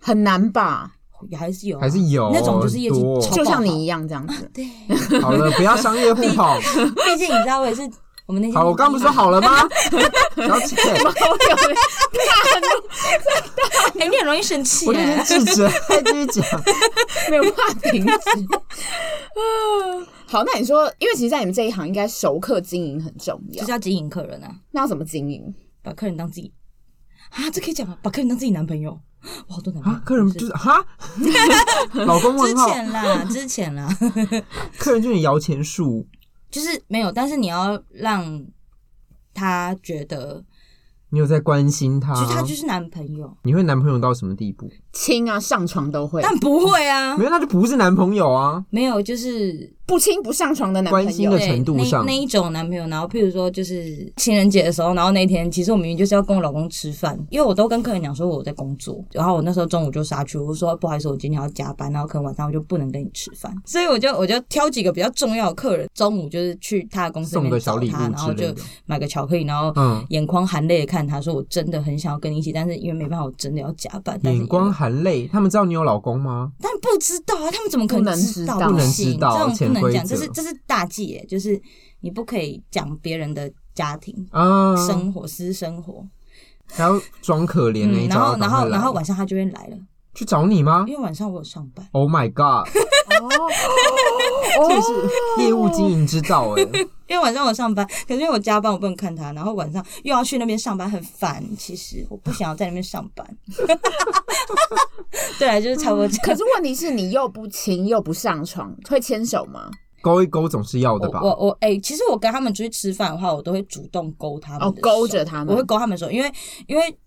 [SPEAKER 1] 很难吧？
[SPEAKER 3] 还是有啊、
[SPEAKER 2] 还是有
[SPEAKER 3] 那种就是业绩
[SPEAKER 2] 多
[SPEAKER 3] 超
[SPEAKER 1] 就
[SPEAKER 3] 爆好
[SPEAKER 1] 像你一样这样子，
[SPEAKER 3] 对，
[SPEAKER 2] 好了，不要商业互捧。
[SPEAKER 3] 毕竟你知 道我也是我们那些
[SPEAKER 2] 好，我刚不是说好了吗？小 姐，
[SPEAKER 3] 哎、你很容易生气哎
[SPEAKER 2] 我就已
[SPEAKER 3] 耶、
[SPEAKER 2] 经制 止了，还继续哎讲。
[SPEAKER 1] 没有办法停止。 好，那你说，因为其实，在你们这一行，应该熟客经营很重要
[SPEAKER 3] 就是。要经营客人啊，
[SPEAKER 1] 那要怎么经营？
[SPEAKER 3] 把客人当自己啊，这可以讲吗？把客人当自己男朋友，我好多男朋友
[SPEAKER 2] 啊，客人就是 哈，老公
[SPEAKER 3] 之
[SPEAKER 2] 问号，
[SPEAKER 3] 前啦， 之前啦，
[SPEAKER 2] 客人就是你摇钱树，
[SPEAKER 3] 就是没有，但是你要让他觉得，
[SPEAKER 2] 你有在关心他
[SPEAKER 3] 就，他就是男朋友，
[SPEAKER 2] 你会男朋友到什么地步？
[SPEAKER 1] 亲啊，上床都会，
[SPEAKER 3] 但不会啊
[SPEAKER 2] 没，有，那就不是男朋友啊。
[SPEAKER 3] 没有，就是
[SPEAKER 1] 不亲不上床的男
[SPEAKER 2] 关
[SPEAKER 1] 朋
[SPEAKER 2] 心
[SPEAKER 1] 友
[SPEAKER 2] 的，
[SPEAKER 3] 对
[SPEAKER 2] 程度上
[SPEAKER 3] 那那一种男朋友，然后譬如说就是情人节的时候，然后那一天其实我明明就是要跟我老公吃饭，因为我都跟客人讲说我在工作，然后我那时候中午就杀去，我就说不好意思，我今天要加班，然后可能晚上我就不能跟你吃饭，所以我就我就挑几个比较重要的客人，中午就是去他的公司那
[SPEAKER 2] 送
[SPEAKER 3] 边
[SPEAKER 2] 个小
[SPEAKER 3] 找
[SPEAKER 2] 礼物
[SPEAKER 3] 他，然后
[SPEAKER 2] 之
[SPEAKER 3] 就
[SPEAKER 2] 类的，
[SPEAKER 3] 买个巧克力，然后
[SPEAKER 2] 嗯，
[SPEAKER 3] 眼眶含泪的看他说我真的很想要跟你一起，但是因为没办法，我真的要加班，但是因为
[SPEAKER 2] 眼光含泪。他们知道你有老公吗？
[SPEAKER 3] 但不知道啊，他们怎么可
[SPEAKER 1] 不
[SPEAKER 3] 能
[SPEAKER 1] 能
[SPEAKER 3] 知道？
[SPEAKER 1] 知道不
[SPEAKER 2] 能
[SPEAKER 3] 行
[SPEAKER 2] 知道
[SPEAKER 3] 这种
[SPEAKER 2] 潜
[SPEAKER 3] 不能
[SPEAKER 2] 规
[SPEAKER 3] 讲，
[SPEAKER 2] 则
[SPEAKER 3] 这是这是大忌耶，就是你不可以讲别人的家庭、
[SPEAKER 2] 啊，
[SPEAKER 1] 嗯
[SPEAKER 3] 生活、私生活。
[SPEAKER 2] 还要装可怜呢、
[SPEAKER 3] 嗯，
[SPEAKER 2] 欸
[SPEAKER 3] 然后然后然后
[SPEAKER 2] 晚
[SPEAKER 3] 晚上他就会来了，
[SPEAKER 2] 去找你吗
[SPEAKER 3] 因为晚上我有上班。
[SPEAKER 2] ？Oh my god，这
[SPEAKER 1] 哦
[SPEAKER 2] 也是业务经营之道哎、
[SPEAKER 3] 因为晚上我上班， 可是因为我加班，我不能看他，然后晚上又要去那边上班，很烦。其实我不想要在那边上班。 对啊，就是差不多这
[SPEAKER 1] 可
[SPEAKER 3] 样。
[SPEAKER 1] 是问题是你又不亲又不上床，会牵手吗？
[SPEAKER 2] 勾一勾总是要的吧
[SPEAKER 3] 我？我我哎、其实我跟他们出去吃饭的话，我都会主动勾他们的
[SPEAKER 1] 哦勾
[SPEAKER 3] 手
[SPEAKER 1] 着他们
[SPEAKER 3] 我会勾他们的手，因为因为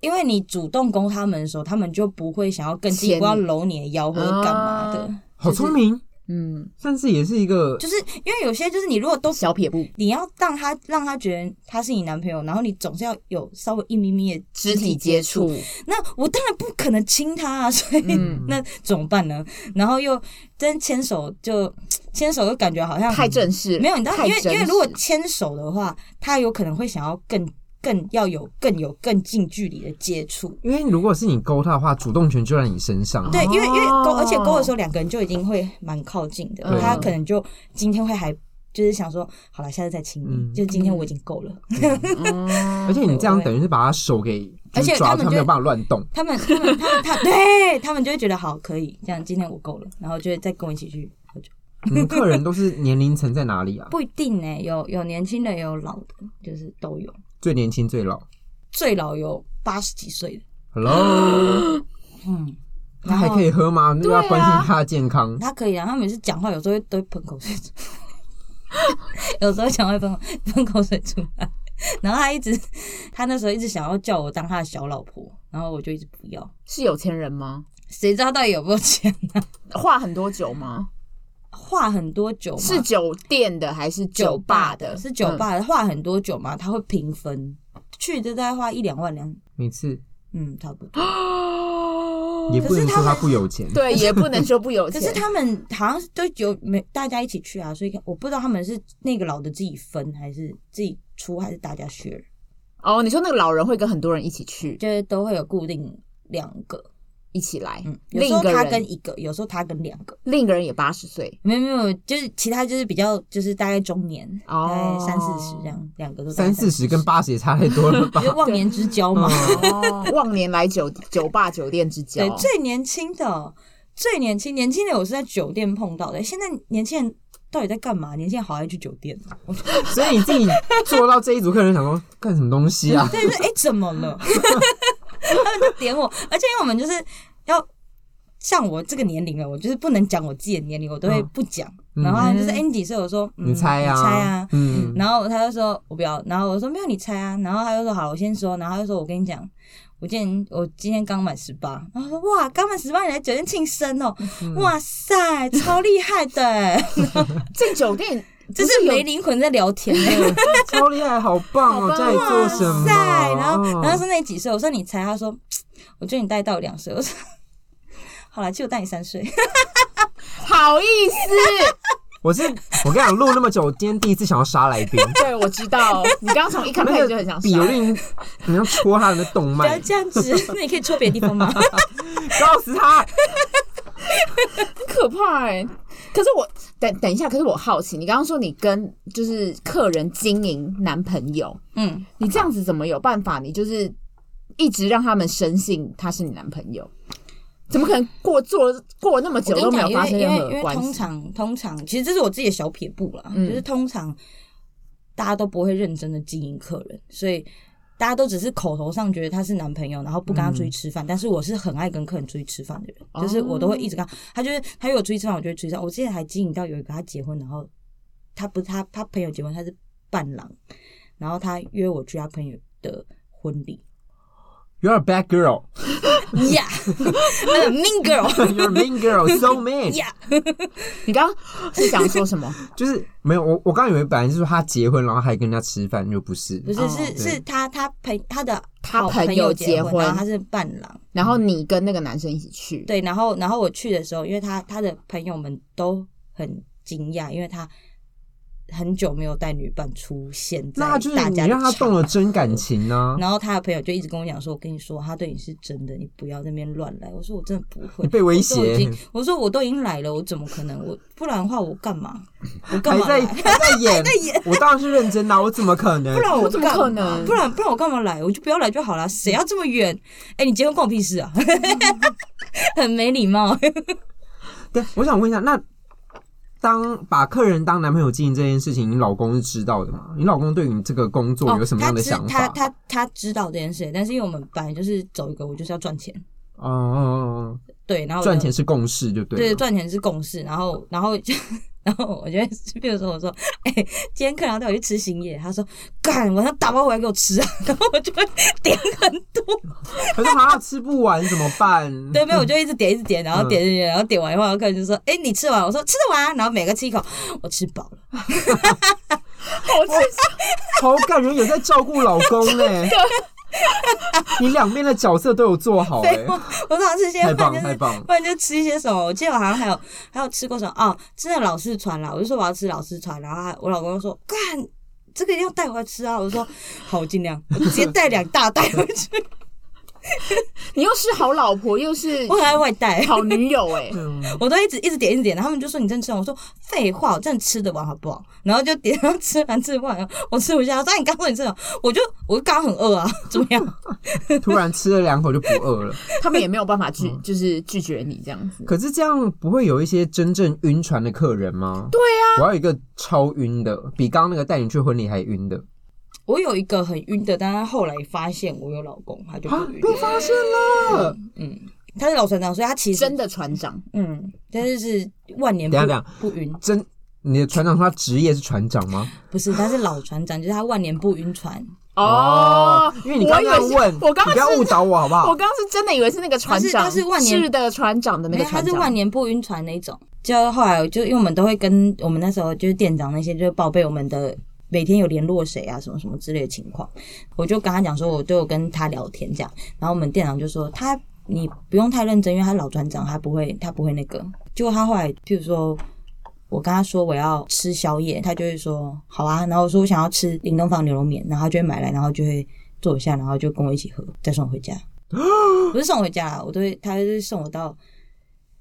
[SPEAKER 3] 因为你主动勾他们的时候，他们就不会想要更进一步要
[SPEAKER 1] 牵你啊
[SPEAKER 3] 搂你的腰或者干嘛的，
[SPEAKER 2] 好聪明，
[SPEAKER 1] 嗯，
[SPEAKER 2] 但是也是一个
[SPEAKER 3] 就是因为有些就是你如果都
[SPEAKER 1] 小撇步，
[SPEAKER 3] 你要让他让他觉得他是你男朋友，然后你总是要有稍微一咪咪的
[SPEAKER 1] 肢体接触，，
[SPEAKER 3] 那我当然不可能亲他啊，所以、
[SPEAKER 1] 嗯
[SPEAKER 3] 那怎么办呢？然后又真牵手就牵手又感觉好像
[SPEAKER 1] 太正式了，
[SPEAKER 3] 没有，你知道，
[SPEAKER 1] 太
[SPEAKER 3] 因为因
[SPEAKER 1] 真
[SPEAKER 3] 为如果
[SPEAKER 1] 实
[SPEAKER 3] 牵手的话，他有可能会想要更更要有更有更近距离的接触。
[SPEAKER 2] 因为如果是你勾他的话，主动权就在你身上。
[SPEAKER 3] 对，因为因为勾，
[SPEAKER 1] 哦
[SPEAKER 3] 而且勾的时候两个人就已经会蛮靠近的
[SPEAKER 1] 对，
[SPEAKER 3] 他可能就今天会还就是想说，好了，下次再亲
[SPEAKER 2] 嗯
[SPEAKER 3] 你，就今天我已经够了。
[SPEAKER 1] 嗯
[SPEAKER 2] 而且你这样
[SPEAKER 3] 对
[SPEAKER 2] 等于是把他手给
[SPEAKER 3] 而且
[SPEAKER 2] 就是抓
[SPEAKER 3] 他
[SPEAKER 2] 住，
[SPEAKER 3] 们
[SPEAKER 2] 他
[SPEAKER 3] 就
[SPEAKER 2] 没有办法乱 动。
[SPEAKER 3] 他们他们他们 他，对他们就会觉得好可以这样，今天我够了，然后就会再跟我一起去喝酒。
[SPEAKER 2] 你们客人都是年龄层在哪里啊？
[SPEAKER 3] 不一定呢、有有年轻的，也有老的，就是都有。
[SPEAKER 2] 最年轻最老
[SPEAKER 3] 最老有八十几岁的，
[SPEAKER 2] ，Hello，
[SPEAKER 3] 嗯，
[SPEAKER 2] 他
[SPEAKER 3] 然
[SPEAKER 2] 还
[SPEAKER 3] 后
[SPEAKER 2] 可以喝吗？那
[SPEAKER 1] 对
[SPEAKER 2] 要
[SPEAKER 1] 啊
[SPEAKER 2] 关心他的健康。
[SPEAKER 3] 他可以啊，他每次讲话有时候会都会喷口水出来， 有时候讲话会喷口喷口水出来。然后他一直，他那时候一直想要叫我当他的小老婆，然后我就一直不要。
[SPEAKER 1] 是有钱人吗？
[SPEAKER 3] 谁知道到底有没有钱？
[SPEAKER 1] 话很多酒吗？
[SPEAKER 3] 话很多酒嘛，
[SPEAKER 1] 是酒店的还是
[SPEAKER 3] 酒
[SPEAKER 1] 吧
[SPEAKER 3] 吧的，嗯是酒吧的，话很多酒嘛，他会平分，去的大概花一两万两，
[SPEAKER 2] 每次
[SPEAKER 3] 嗯，差不多。
[SPEAKER 1] 哦
[SPEAKER 2] 也不能说他不有钱，
[SPEAKER 1] 对，也不能说不有
[SPEAKER 3] 可
[SPEAKER 1] 钱。
[SPEAKER 3] 是他们好像都有没大家一起去啊，所以我不知道他们是那个老的自己分，还是自己出，还是大家 share。
[SPEAKER 1] 哦，你说那个老人会跟很多人一起去，
[SPEAKER 3] 就是都会有固定两个，
[SPEAKER 1] 一起来，
[SPEAKER 3] 嗯，有
[SPEAKER 1] 另
[SPEAKER 3] 时
[SPEAKER 1] 一
[SPEAKER 3] 候
[SPEAKER 1] 个
[SPEAKER 3] 他
[SPEAKER 1] 人
[SPEAKER 3] 跟一个，有时候他跟两个，
[SPEAKER 1] 另一个人也八十岁，
[SPEAKER 3] 没有没有，就是其他就是比较就是大概中年，
[SPEAKER 1] 哦
[SPEAKER 3] 大概三四十这样，两个都大概
[SPEAKER 2] 三四十跟嗯八十也差太多了吧
[SPEAKER 3] 就？是忘年之交嘛。
[SPEAKER 1] 忘年来酒酒吧酒店之交
[SPEAKER 3] 对，，最年轻的，最年轻，年轻的我是在酒店碰到的。现在年轻人到底在干嘛？年轻人好爱去酒店啊！
[SPEAKER 2] 所以你自己做到这一组客人，想说干什么东西啊？
[SPEAKER 3] 对，就是哎、怎么了？ 他们就点我，而且因为我们就是要像我这个年龄了，我就是不能讲我自己的年龄，我都会
[SPEAKER 2] 嗯
[SPEAKER 3] 不讲。
[SPEAKER 2] 嗯
[SPEAKER 3] 然后他就是哎、你几岁？我说、嗯、
[SPEAKER 2] 你猜呀、
[SPEAKER 3] 你猜啊。
[SPEAKER 2] 嗯，
[SPEAKER 3] 然后他就说我不要，然后我说没有你猜啊，然后他就说好，我先说，然后他就说我跟你讲，我今天我今天刚满十八，然后说哇刚满十八你来酒店庆生哦，
[SPEAKER 2] 嗯
[SPEAKER 3] 哇塞超厉害 的欸，
[SPEAKER 1] 进酒店
[SPEAKER 3] 这
[SPEAKER 1] 不
[SPEAKER 3] 是
[SPEAKER 1] 有
[SPEAKER 3] 没灵魂在聊天欸，
[SPEAKER 2] 超厉害，好棒
[SPEAKER 1] 好棒
[SPEAKER 2] 哦！在做什么？
[SPEAKER 3] 塞，然后然后
[SPEAKER 2] 哦
[SPEAKER 3] 说那你几岁，我说你猜，他说我觉得你大概大我两岁，我说 好啦，其实我大你三岁，
[SPEAKER 1] 好意思，
[SPEAKER 2] 我是我跟你讲，录那么久，我今天第一次想要杀来宾，
[SPEAKER 1] 对我知道，你刚刚从一开
[SPEAKER 2] 那
[SPEAKER 1] 始就
[SPEAKER 2] 个
[SPEAKER 1] 很想
[SPEAKER 2] 比
[SPEAKER 1] 杀
[SPEAKER 2] 有，点你要戳他的动
[SPEAKER 3] 不要
[SPEAKER 2] 脉，
[SPEAKER 3] 这样子，那你可以戳别的地方吗？
[SPEAKER 2] 告诉他。
[SPEAKER 1] 很可怕哎、可是我等等一下，可是我好奇，你刚刚说你跟就是客人经营男朋友，
[SPEAKER 3] 嗯，
[SPEAKER 1] 你这样子怎么有办法？你就是一直让他们深信他是你男朋友，怎么可能过做过那么
[SPEAKER 3] 我
[SPEAKER 1] 久
[SPEAKER 3] 跟
[SPEAKER 1] 都
[SPEAKER 3] 你
[SPEAKER 1] 没有
[SPEAKER 3] 讲，因
[SPEAKER 1] 发
[SPEAKER 3] 为
[SPEAKER 1] 生
[SPEAKER 3] 因
[SPEAKER 1] 任
[SPEAKER 3] 为因
[SPEAKER 1] 何
[SPEAKER 3] 为
[SPEAKER 1] 关
[SPEAKER 3] 通
[SPEAKER 1] 系？
[SPEAKER 3] 常通常，其实这是我自己的小撇步啦，
[SPEAKER 1] 嗯
[SPEAKER 3] 就是通常大家都不会认真的经营客人，所以。大家都只是口头上觉得他是男朋友，然后不跟他出去吃饭。但是我是很爱跟客人出去吃饭的人，
[SPEAKER 1] 嗯哦
[SPEAKER 3] 就是我都会一直跟他。他就是他约我出去吃饭，我就会出去吃饭。我之前还经营到有一个他结婚，然后他不是他他朋友结婚，他是伴郎，然后他约我去他朋友的婚 礼。
[SPEAKER 2] You're a bad girl,
[SPEAKER 3] Yeah，mean girl。
[SPEAKER 2] you're a mean girl, so mean.
[SPEAKER 3] Yeah，
[SPEAKER 1] 你刚刚是想说什么？
[SPEAKER 2] 就是没有我，我刚以为本来是说他结婚，然后还跟人家吃饭，就不是。
[SPEAKER 3] 不是，
[SPEAKER 1] 哦
[SPEAKER 3] 是
[SPEAKER 2] 对
[SPEAKER 3] 是他他朋他的
[SPEAKER 1] 他
[SPEAKER 3] 好
[SPEAKER 1] 朋
[SPEAKER 3] 朋
[SPEAKER 1] 友结
[SPEAKER 3] 结
[SPEAKER 1] 婚
[SPEAKER 3] 然后他是伴郎，
[SPEAKER 1] 然后你跟那个男生一起去，
[SPEAKER 3] 对，然后然后我去的时候，因为他他的朋友们都很惊讶，因为他很久没有带女伴出现在
[SPEAKER 2] 那他就是
[SPEAKER 3] 大
[SPEAKER 2] 你
[SPEAKER 3] 家的
[SPEAKER 2] 让他
[SPEAKER 3] 场
[SPEAKER 2] 动了
[SPEAKER 3] 合
[SPEAKER 2] 真感情 呢、
[SPEAKER 3] 然后他的朋友就一直跟我讲说：“我跟你说，他对你是真的，你不要在那边乱来。”我说：“我真的不会。”
[SPEAKER 2] 你被威胁
[SPEAKER 3] 我都已经我说：“我都已经来了，我怎么可能？我不然的话，我干嘛？我干
[SPEAKER 2] 还
[SPEAKER 3] 嘛
[SPEAKER 2] 在
[SPEAKER 3] 来？
[SPEAKER 2] 还 在演， 我当然是认真的啊，我 怎么可能
[SPEAKER 3] 不？然
[SPEAKER 1] 我
[SPEAKER 3] 我
[SPEAKER 1] 怎么
[SPEAKER 3] 干
[SPEAKER 1] 可
[SPEAKER 3] 嘛
[SPEAKER 1] 能
[SPEAKER 3] 不然不然我干嘛来？我就不要来就好了。谁要这么远？哎、你结婚关我屁事啊！ 很没礼貌。
[SPEAKER 2] 对，我想问一下，那当把客人当男朋友经营这件事情，你老公是知道的吗？你老公对你这个工作有什么样的想
[SPEAKER 3] 哦他
[SPEAKER 2] 法
[SPEAKER 3] 知？他他他知道这件事，但是因为我们本来就是走一个，我就是要赚钱，
[SPEAKER 2] 哦哦，
[SPEAKER 3] 对，然
[SPEAKER 2] 哦
[SPEAKER 3] 后我就
[SPEAKER 2] 赚钱是共识，就对
[SPEAKER 3] 对
[SPEAKER 2] 了。
[SPEAKER 3] 赚钱是共识，然后然后然后我就会比如说我说，哎、今天客人要带我去吃行夜，他说干晚上打包回来给我吃啊，然后我就会点很多，
[SPEAKER 2] 可是他吃不完怎么办？
[SPEAKER 3] 对，没有，我就一直点，一直点，然后
[SPEAKER 2] 嗯
[SPEAKER 3] 点，点点然后点完以后，然后客人就说：“哎、你吃完？”我说：“吃得完啊。”然后每个吃一口，我吃饱了。
[SPEAKER 1] 好刺激
[SPEAKER 2] 好感人，有在照顾老公呢、你两边的角色都有做好哎、
[SPEAKER 3] 废话，我常常吃些
[SPEAKER 2] 太
[SPEAKER 3] 饭
[SPEAKER 2] 棒
[SPEAKER 3] 就
[SPEAKER 2] 太
[SPEAKER 3] 是。
[SPEAKER 2] 棒！
[SPEAKER 3] 不然就吃一些什么，我记得我好像还有还有吃过什么哦，吃那老四川啦，我就说我要吃老四川，然后他我老公就说干这个一定要带回来吃啊，我说好，我尽量，我直接带两大袋回 去，
[SPEAKER 1] 你又是好老婆，又是
[SPEAKER 3] 我还外带，
[SPEAKER 1] 好女友 哎、
[SPEAKER 2] 嗯
[SPEAKER 3] 我都一直一直点一直点，然后他们就说你真的吃完，我说废话，我真的吃得完好不好？然后就点，然后吃完吃完，我吃不下，我说哎你刚说你吃得完，我就我刚很饿啊，怎么样？
[SPEAKER 2] 突然吃了两口就不饿了。
[SPEAKER 1] 他们也没有办法拒，
[SPEAKER 3] 嗯
[SPEAKER 1] 就是拒绝你这样子。
[SPEAKER 2] 可是这样不会有一些真正晕船的客人吗？对
[SPEAKER 1] 啊
[SPEAKER 2] 呀、我要有一个超晕的，比刚刚那个带你去婚礼还晕的。
[SPEAKER 3] 我有一个很晕的，但他后来发现我有老公，他就不
[SPEAKER 2] 啊
[SPEAKER 3] 晕，
[SPEAKER 2] 被
[SPEAKER 3] 了。
[SPEAKER 2] 发现了！
[SPEAKER 3] 嗯，他是老船长，所以他其实
[SPEAKER 1] 真的船长，
[SPEAKER 3] 嗯，但是是万年不
[SPEAKER 2] 等一下等
[SPEAKER 3] 不晕，
[SPEAKER 2] 真，你的船长说他职业是船长吗？
[SPEAKER 3] 不是，他是老船长，就是他万年不晕船，
[SPEAKER 1] 哦，
[SPEAKER 2] 因为你刚刚要
[SPEAKER 1] 我以为是
[SPEAKER 2] 问，
[SPEAKER 1] 我刚刚
[SPEAKER 2] 你不要
[SPEAKER 1] 是
[SPEAKER 2] 误导我好不
[SPEAKER 1] 我
[SPEAKER 2] 好？
[SPEAKER 1] 刚刚是真的以为是那个船长，
[SPEAKER 3] 他是他是万年
[SPEAKER 1] 的船长的那
[SPEAKER 3] 没
[SPEAKER 1] 个
[SPEAKER 3] 有，他
[SPEAKER 1] 船
[SPEAKER 3] 是万
[SPEAKER 1] 长，
[SPEAKER 3] 年不晕船那种。就后来我就因为我们都会跟我们那时候就是店长那些就是报备我们的每天有联络谁啊什么什么之类的情况，我就跟他讲说我都有跟他聊天这样，然后我们店长就说他你不用太认真，因为他老船长他不会他不会那个，结果他后来譬如说。我跟他说我要吃宵夜，他就会说好啊。然后我说我想要吃林东坊牛肉面，然后他就会买来，然后就会坐一下，然后就跟我一起喝，再送我回家。 不是送我回家啦，啊我都会，他就是送我到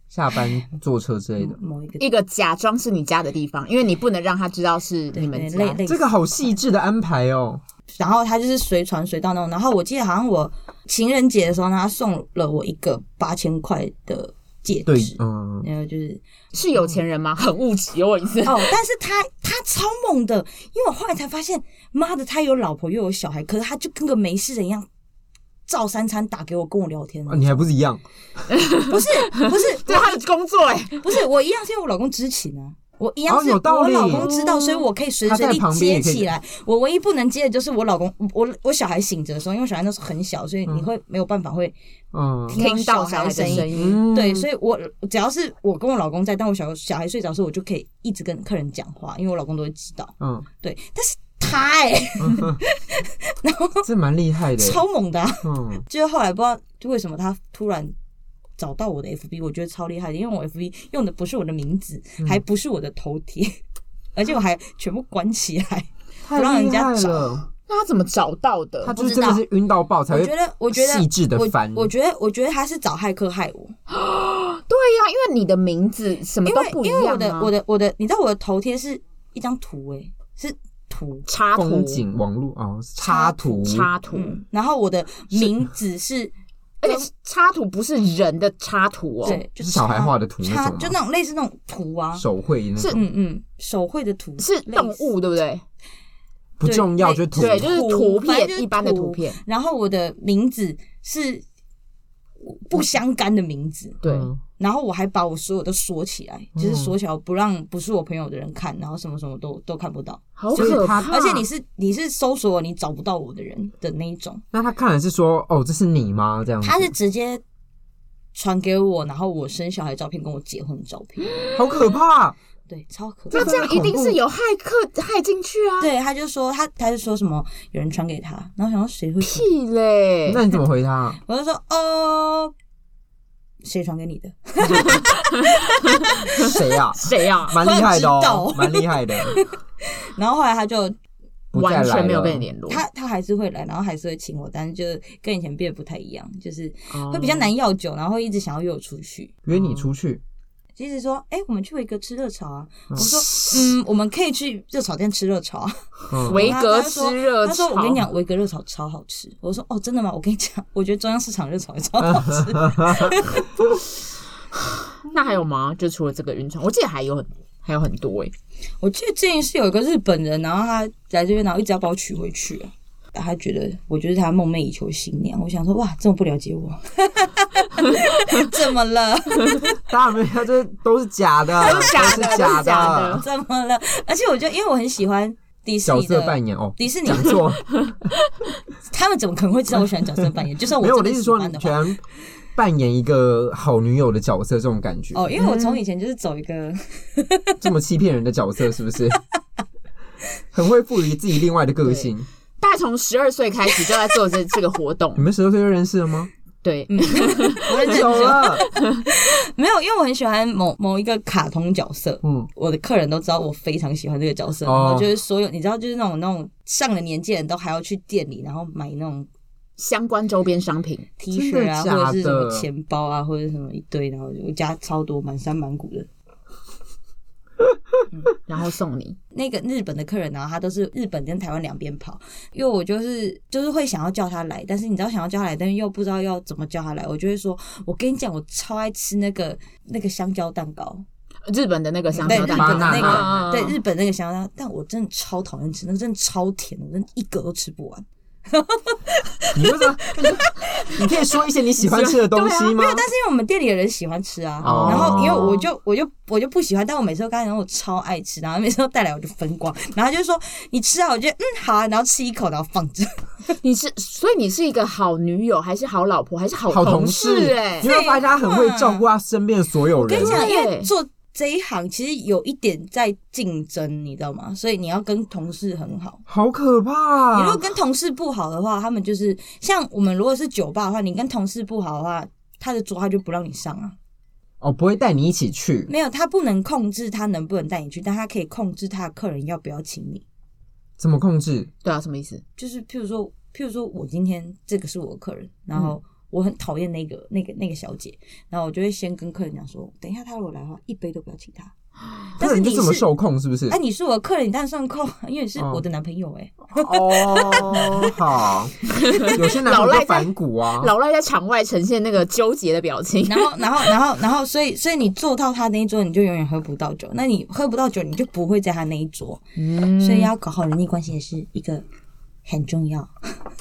[SPEAKER 2] 下班坐车之
[SPEAKER 1] 嗯
[SPEAKER 2] 类的。
[SPEAKER 3] 某一个
[SPEAKER 1] 一个假装是你家的地方，因为你不能让他知道是你们
[SPEAKER 3] 类
[SPEAKER 1] 家。
[SPEAKER 3] 类
[SPEAKER 2] 这个好细致的安排哦，
[SPEAKER 3] 然后他就是随传随到那种。然后我记得好像我情人节的时候呢，他送了我一个八千块的戒
[SPEAKER 2] 对
[SPEAKER 3] 指，，
[SPEAKER 2] 嗯，
[SPEAKER 3] 然后就是
[SPEAKER 1] 是有钱人
[SPEAKER 3] 嗯
[SPEAKER 1] 吗？很物质，有我一 次。
[SPEAKER 3] 哦，但是他他超猛的，因为我后来才发现，妈的，他有老婆又有小孩，可是他就跟个没事人一样，照三餐打给我跟我 聊天。
[SPEAKER 2] 啊你还不是一样？
[SPEAKER 3] 不是不是
[SPEAKER 1] 对他的工作、哎，
[SPEAKER 3] 不是，我一样是因为我老公知情啊。我一样
[SPEAKER 2] 哦
[SPEAKER 3] 是
[SPEAKER 2] 有道
[SPEAKER 3] 我
[SPEAKER 2] 理
[SPEAKER 3] 老公知道，所以我可以随时随
[SPEAKER 2] 他在
[SPEAKER 3] 地
[SPEAKER 2] 旁边也
[SPEAKER 3] 接
[SPEAKER 2] 可以
[SPEAKER 3] 起来。我唯一不能接的就是我老公，我我小孩醒着的时候，因为我小孩那时候很小，所以你会没有办法会
[SPEAKER 2] 嗯
[SPEAKER 1] 听到小
[SPEAKER 3] 小
[SPEAKER 1] 孩
[SPEAKER 3] 孩
[SPEAKER 1] 的
[SPEAKER 3] 声音
[SPEAKER 1] 声音，
[SPEAKER 2] 嗯，
[SPEAKER 3] 对，所以我只要是我跟我老公在，但我小小孩睡着的时候，我就可以一直跟客人讲话，因为我老公都会知道。
[SPEAKER 2] 嗯，
[SPEAKER 3] 对，但是他哎、然后
[SPEAKER 2] 这蛮厉害的，
[SPEAKER 3] 超猛 的、啊，
[SPEAKER 2] 嗯，
[SPEAKER 3] 就是后来不知道就为什么他突然找到我的 FB，我觉得超厉害的，因为我 FB 用的不是我的名字，
[SPEAKER 2] 嗯
[SPEAKER 3] 还不是我的头贴， 而且我还全部关起来。
[SPEAKER 2] 太
[SPEAKER 3] 让人
[SPEAKER 2] 厉
[SPEAKER 3] 家
[SPEAKER 2] 害
[SPEAKER 3] 找
[SPEAKER 2] 了，
[SPEAKER 1] 那他怎么找到的？
[SPEAKER 2] 他就
[SPEAKER 3] 不
[SPEAKER 2] 是
[SPEAKER 3] 知
[SPEAKER 2] 真的
[SPEAKER 3] 道
[SPEAKER 2] 是晕到爆 才
[SPEAKER 3] 我
[SPEAKER 2] 会
[SPEAKER 3] 觉得，我觉得
[SPEAKER 2] 细致地
[SPEAKER 3] 我
[SPEAKER 2] 翻
[SPEAKER 3] 我觉得，我觉得他是找骇客害我，
[SPEAKER 1] 对呀、因为你的名字什么
[SPEAKER 3] 因
[SPEAKER 1] 都
[SPEAKER 3] 为
[SPEAKER 1] 不一
[SPEAKER 3] 因为我
[SPEAKER 1] 样、
[SPEAKER 3] 的
[SPEAKER 1] 啊、
[SPEAKER 3] 我的我的，你知道我的头贴是一张图哎、是图。
[SPEAKER 1] 插图
[SPEAKER 2] 风景网络哦，插图
[SPEAKER 1] 插图，
[SPEAKER 3] 嗯，然后我的名字是
[SPEAKER 1] 而且插图不是人的插图哦，
[SPEAKER 3] 嗯对，就是
[SPEAKER 2] 小孩画的图那
[SPEAKER 3] 插
[SPEAKER 2] 种吗
[SPEAKER 3] 就那种类似那种图啊，
[SPEAKER 2] 手绘那
[SPEAKER 1] 是
[SPEAKER 2] 种，
[SPEAKER 3] 嗯嗯，手绘的图
[SPEAKER 1] 是动
[SPEAKER 3] 类似
[SPEAKER 1] 物对不对？
[SPEAKER 2] 不重要，就
[SPEAKER 3] 对
[SPEAKER 2] 图
[SPEAKER 1] 对，就是图
[SPEAKER 3] 反正就
[SPEAKER 1] 片
[SPEAKER 3] 是
[SPEAKER 1] 一般的
[SPEAKER 3] 图
[SPEAKER 1] 图片，
[SPEAKER 3] 然后我的名字是不相干的名字，
[SPEAKER 1] 对。
[SPEAKER 2] 嗯
[SPEAKER 3] 然后我还把我所有都锁起来，就是锁起来不让不是我朋友的人看，然后什么什么都都看不到，
[SPEAKER 1] 好
[SPEAKER 2] 所以
[SPEAKER 1] 可
[SPEAKER 2] 他
[SPEAKER 1] 怕！
[SPEAKER 3] 而且你是你是搜索我你找不到我的人的那一种，
[SPEAKER 2] 那他看来是说，哦，这是你吗？这样子，
[SPEAKER 3] 他是直接。传给我，然后我生小孩照片跟我结婚照片，
[SPEAKER 2] 好可怕，啊
[SPEAKER 3] 对，超可怕
[SPEAKER 1] 那。这样一定
[SPEAKER 2] 恐怖
[SPEAKER 1] 是有骇客害进去啊！
[SPEAKER 3] 对，他就说他他就说什么有人传给他，然后想说谁会传？
[SPEAKER 1] 屁嘞！
[SPEAKER 2] 那你怎么回 他？
[SPEAKER 3] 我就说哦，谁传给你的？
[SPEAKER 2] 谁啊？
[SPEAKER 1] 谁啊？
[SPEAKER 2] 蛮厉害的
[SPEAKER 3] 我知
[SPEAKER 2] 哦
[SPEAKER 3] 道，
[SPEAKER 2] 蛮厉 害的，
[SPEAKER 3] 然后后来他就
[SPEAKER 2] 不再来
[SPEAKER 1] 完
[SPEAKER 2] 了
[SPEAKER 1] 全没有跟你联络，
[SPEAKER 3] 他他还是会来，然后还是会请我，但是就跟以前变得不太一样，就是
[SPEAKER 1] 哦
[SPEAKER 3] 会比较难要酒，然后会一直想要约我出去。
[SPEAKER 2] 约你出去，
[SPEAKER 3] 一直说，哎、我们去维格吃热炒啊！我说，嗯，我们可以去热炒店吃热炒啊。
[SPEAKER 2] 嗯，
[SPEAKER 1] 维格
[SPEAKER 3] 他说
[SPEAKER 1] 吃热
[SPEAKER 3] 他
[SPEAKER 1] 炒。
[SPEAKER 3] 说，我跟你讲，维格热炒超好吃。我说，哦，真的吗？我跟你讲，我觉得中央市场热炒也超好吃。
[SPEAKER 1] 那还有吗？就除了这个晕船，我记得还有很还有很多哎、
[SPEAKER 3] 我记得之前是有一个日本人，然后他来这边，然后一直要把我娶回去、啊。他觉得我就是他梦寐以求的新娘，我想说哇，这么不了解我， 怎么了？
[SPEAKER 2] 当然没有，他这都是假的，
[SPEAKER 1] 都是假的
[SPEAKER 2] 都是假
[SPEAKER 1] 都是假的
[SPEAKER 2] 的，
[SPEAKER 3] 怎么了？而且我觉得，因为我很喜欢迪士
[SPEAKER 2] 角
[SPEAKER 3] 尼
[SPEAKER 2] 色
[SPEAKER 3] 的
[SPEAKER 2] 扮演哦，
[SPEAKER 3] 迪士尼，
[SPEAKER 2] 讲错，
[SPEAKER 3] 他们怎么可能会 知道我喜欢角色扮演？就算
[SPEAKER 2] 没有，我
[SPEAKER 3] 真
[SPEAKER 2] 的
[SPEAKER 3] 的
[SPEAKER 2] 意思
[SPEAKER 3] 喜
[SPEAKER 2] 说
[SPEAKER 3] 欢
[SPEAKER 2] 你
[SPEAKER 3] 的
[SPEAKER 2] 全
[SPEAKER 3] 话，
[SPEAKER 2] 扮演一个好女友的角色，这种感觉，
[SPEAKER 3] 哦，因为我
[SPEAKER 2] 嗯
[SPEAKER 3] 从以前就是走一个，
[SPEAKER 2] 这么欺骗人的角色是不 是？很会赋予自己另外的个性。
[SPEAKER 1] 大概从十二岁开始就在做这这个活动
[SPEAKER 2] 你，们十六岁就认识了吗？
[SPEAKER 1] 对，
[SPEAKER 3] 嗯，我 认真
[SPEAKER 2] 有
[SPEAKER 3] 说，
[SPEAKER 2] 了，
[SPEAKER 3] 没有，因为我很喜欢某某一个卡通角色。
[SPEAKER 2] 嗯，
[SPEAKER 3] 我的客人都知道我非常喜欢这个角色，
[SPEAKER 2] 哦
[SPEAKER 3] 然后就是所有你知道，就是那种那种上了年纪的人都还要去店里，然后买那种
[SPEAKER 1] 相关周边商品，
[SPEAKER 3] T 恤啊，
[SPEAKER 2] 真的假的
[SPEAKER 3] 或者是什么钱包啊，或者什么一堆，然后我家超多满山满谷的。
[SPEAKER 1] 然后送你。
[SPEAKER 3] 那个日本的客人然后他都是日本跟台湾两边跑，因为我就是就是会想要叫他来，但是你知道想要叫他来，但是又不知道要怎么叫他来，我就会说，我跟你讲，我超爱吃那个那个香蕉蛋糕，
[SPEAKER 1] 日本的那个香
[SPEAKER 3] 对
[SPEAKER 1] 蕉
[SPEAKER 3] 日
[SPEAKER 1] 蛋
[SPEAKER 3] 本
[SPEAKER 1] 糕，
[SPEAKER 3] 的那
[SPEAKER 1] 啊
[SPEAKER 3] 个对日本那个香蕉蛋糕，但我真的超讨厌吃，那个真的超甜，我真的一格都吃不完。
[SPEAKER 2] 你为什么？你可以说一些你喜欢吃的东西吗？
[SPEAKER 3] 但是因为我们店里的人喜欢吃啊，
[SPEAKER 2] 哦
[SPEAKER 3] 然后因为我就我就我就不喜欢，但我每次都跟他讲我超爱吃，然后每次都带来我就分光，然后他就说你吃啊，我觉得嗯好啊，然后吃一口然后放着，
[SPEAKER 1] 你是，所以你是一个好女友，还是好老婆，还是好
[SPEAKER 2] 好
[SPEAKER 1] 同
[SPEAKER 2] 同
[SPEAKER 1] 事
[SPEAKER 2] 事
[SPEAKER 1] 哎、
[SPEAKER 2] 你会发现他很会照顾他身边的所有
[SPEAKER 3] 欸跟
[SPEAKER 2] 人
[SPEAKER 3] 你。讲，
[SPEAKER 1] 对
[SPEAKER 3] 啊因为做这一行其实有一点在竞争，你知道吗？所以你要跟同事很好。
[SPEAKER 2] 好可怕、
[SPEAKER 3] 你如
[SPEAKER 2] 啊
[SPEAKER 3] 果！跟同事不好的话，他们就是像我们如果是酒吧的话，你跟同事不好的话，他的桌他就不让你上啊。
[SPEAKER 2] 哦，不会带你一起去，
[SPEAKER 3] 没有，他不能控制他能不能带你去，但他可以控制他的客人要不要请你。
[SPEAKER 2] 怎么控制？
[SPEAKER 1] 对啊，什么意思？
[SPEAKER 3] 就是譬如说，譬如说我今天这个是我的客人，然后我很讨厌那个那个那个小姐，然后我就会先跟客人讲说，等一下她如果来的话，一杯都不要请她。但
[SPEAKER 2] 客
[SPEAKER 3] 是
[SPEAKER 2] 人就
[SPEAKER 3] 你
[SPEAKER 2] 这么
[SPEAKER 3] 是
[SPEAKER 2] 受控是不是
[SPEAKER 3] 哎、？你是我的客人，你当然算扣，因为你是我的男朋友哎、
[SPEAKER 2] 哦， 好，有些男
[SPEAKER 1] 老
[SPEAKER 2] 朋友
[SPEAKER 1] 赖
[SPEAKER 2] 就
[SPEAKER 1] 在
[SPEAKER 2] 反骨啊，
[SPEAKER 1] 老赖在场外呈现那个纠结的表情，
[SPEAKER 3] 然后，然后，然后，然后，所以，所以你坐到他那一桌，你就永远喝不到酒。那你喝不到酒，你就不会在他那一桌。
[SPEAKER 1] 嗯
[SPEAKER 3] 所以要搞好人际关系也是一个很重要。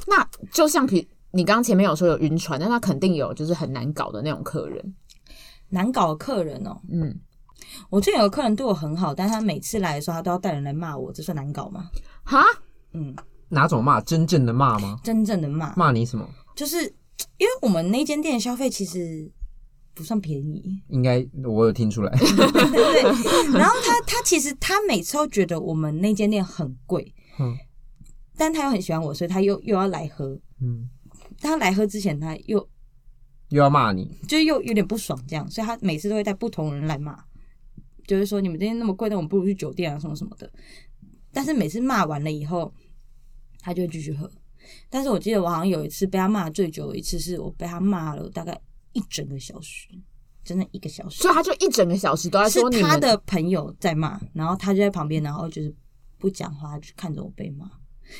[SPEAKER 1] 那就像比你刚刚前面有说有晕船，但他肯定有就是很难搞的那种客人。
[SPEAKER 3] 难搞的客人哦，
[SPEAKER 1] 嗯，
[SPEAKER 3] 我最近有个客人对我很好，但他每次来的时候，他都要带人来骂我，这算难搞吗？
[SPEAKER 1] 哈，
[SPEAKER 3] 嗯，
[SPEAKER 2] 哪种骂？真正的骂吗？
[SPEAKER 3] 真正的骂，
[SPEAKER 2] 骂你什么？
[SPEAKER 3] 就是因为我们那间店的消费其实不算便宜，
[SPEAKER 2] 应该我有听出 来，
[SPEAKER 3] 对，然后他他其实他每次都觉得我们那间店很贵，
[SPEAKER 2] 嗯
[SPEAKER 3] 但他又很喜欢我，所以他又又要来喝。
[SPEAKER 2] 嗯，
[SPEAKER 3] 他来喝之前，他又
[SPEAKER 2] 又要骂你，
[SPEAKER 3] 就是又有点不爽这样，所以他每次都会带不同人来骂，就是说你们今天那么贵，那我们不如去酒店啊什么什么的。但是每次骂完了以后，他就会继续喝。但是我记得我好像有一次被他骂最久的一次，是我被他骂了大概一整个小时，真的一个小时
[SPEAKER 1] 所以。他就一整个小时都在
[SPEAKER 3] 是
[SPEAKER 1] 说你
[SPEAKER 3] 他
[SPEAKER 1] 们
[SPEAKER 3] 的朋友在骂，然后他就在旁边，然后就是不讲话，就看着我被骂。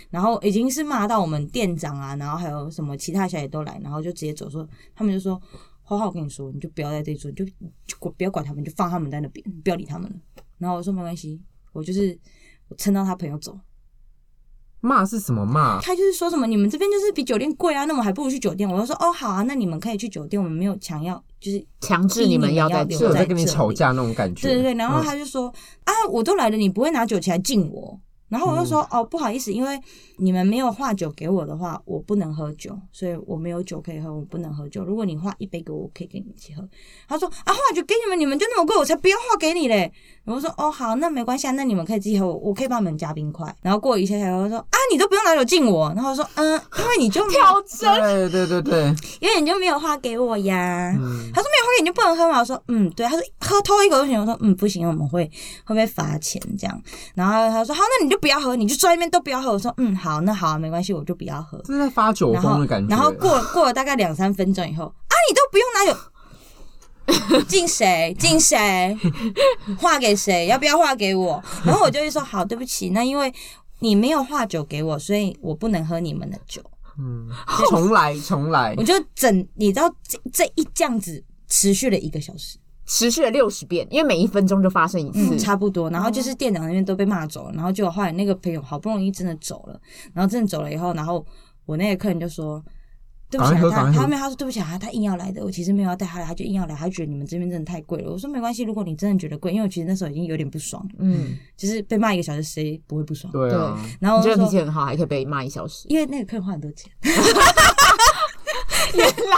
[SPEAKER 3] 然后已经是骂到我们店长啊，然后还有什么其他小姐都来，然后就直接走说，他们就说：“花花，我跟你说，你就不要在这里住，你就就不要管他们，你就放他们在那边，
[SPEAKER 1] 嗯
[SPEAKER 3] 你不要理他们了。”然后我说：“没关系，我就是我撑到他朋友走。”
[SPEAKER 2] 骂是什么骂？
[SPEAKER 3] 他就是说什么你们这边就是比酒店贵啊，那我们还不如去酒店。我就说：“哦，好啊，那你们可以去酒店，我们没有强要就是
[SPEAKER 1] 强制你们要在
[SPEAKER 3] 逼
[SPEAKER 2] 是
[SPEAKER 3] 你
[SPEAKER 2] 有
[SPEAKER 1] 这
[SPEAKER 3] 们要留
[SPEAKER 2] 在跟你
[SPEAKER 3] 在这
[SPEAKER 2] 吵
[SPEAKER 3] 里
[SPEAKER 2] 架那种感觉。
[SPEAKER 3] 对对对，然后
[SPEAKER 2] 嗯
[SPEAKER 3] 他就说、啊，我都来了，你不会拿酒起来敬我？然后我就说、
[SPEAKER 2] 嗯
[SPEAKER 3] 哦，不好意思，因为你们没有画酒给我的话，我不能喝酒，所以我没有酒可以喝，我不能喝酒。如果你画一杯给我，我可以跟你一起喝。他说啊，画酒给你们，你们就那么贵，我才不要画给你嘞。我说哦，好，那没关系，啊，那你们可以自己喝，我我可以帮你们加冰块。然后过一下下，他说啊，你都不用拿酒敬我。然后我说嗯，因为你就 没有，
[SPEAKER 1] 跳针，
[SPEAKER 2] 对对对对，
[SPEAKER 3] 因为你就没有画给我呀。
[SPEAKER 2] 嗯，
[SPEAKER 3] 他说没有喝你就不能喝嘛。我说嗯，对。他说喝偷一口就行。我说嗯，不行，我们会会被罚钱这样。然后他说好，那你就不要喝，你就坐在那边都不要喝。我说嗯，好，那好啊，没关系，我就不要喝。
[SPEAKER 2] 这是在发酒
[SPEAKER 3] 然
[SPEAKER 2] 疯
[SPEAKER 3] 后
[SPEAKER 2] 的感觉。
[SPEAKER 3] 然后过过了大概两三分钟以后，啊，你都不用拿酒。敬谁？敬谁？画给谁？要不要画给我？然后我就会说好，对不起，那因为你没有画酒给我，所以我不能喝你们的酒。
[SPEAKER 2] 嗯，重来重来
[SPEAKER 3] 我，就整，你知道这这一这样子持续了一个小时。
[SPEAKER 1] 持续了六十遍，因为每一分钟就发生一次。
[SPEAKER 3] 嗯，差不多。然后
[SPEAKER 2] 哦
[SPEAKER 3] 就是店长那边都被骂走了，然后结果后来那个朋友好不容易真的走了，然后真的走了以后，然后我那个客人就说。对不起、
[SPEAKER 2] 赶
[SPEAKER 3] 啊，
[SPEAKER 2] 快喝赶
[SPEAKER 3] 他
[SPEAKER 2] 快喝
[SPEAKER 3] 他没有，他说对不起啊，他硬要来的。我其实没有要带他来，他就硬要来，他觉得你们这边真的太贵了。我说没关系，如果你真的觉得贵，因为我其实那时候已经有点不爽了，
[SPEAKER 1] 嗯，
[SPEAKER 3] 就是被骂一个小时，谁不会不爽？
[SPEAKER 2] 对啊，
[SPEAKER 3] 然后
[SPEAKER 1] 你
[SPEAKER 3] 我
[SPEAKER 1] 觉
[SPEAKER 3] 就
[SPEAKER 1] 得脾气
[SPEAKER 3] 说，
[SPEAKER 1] 很好，还可以被骂一小时。
[SPEAKER 3] 因为那个客人花很多钱，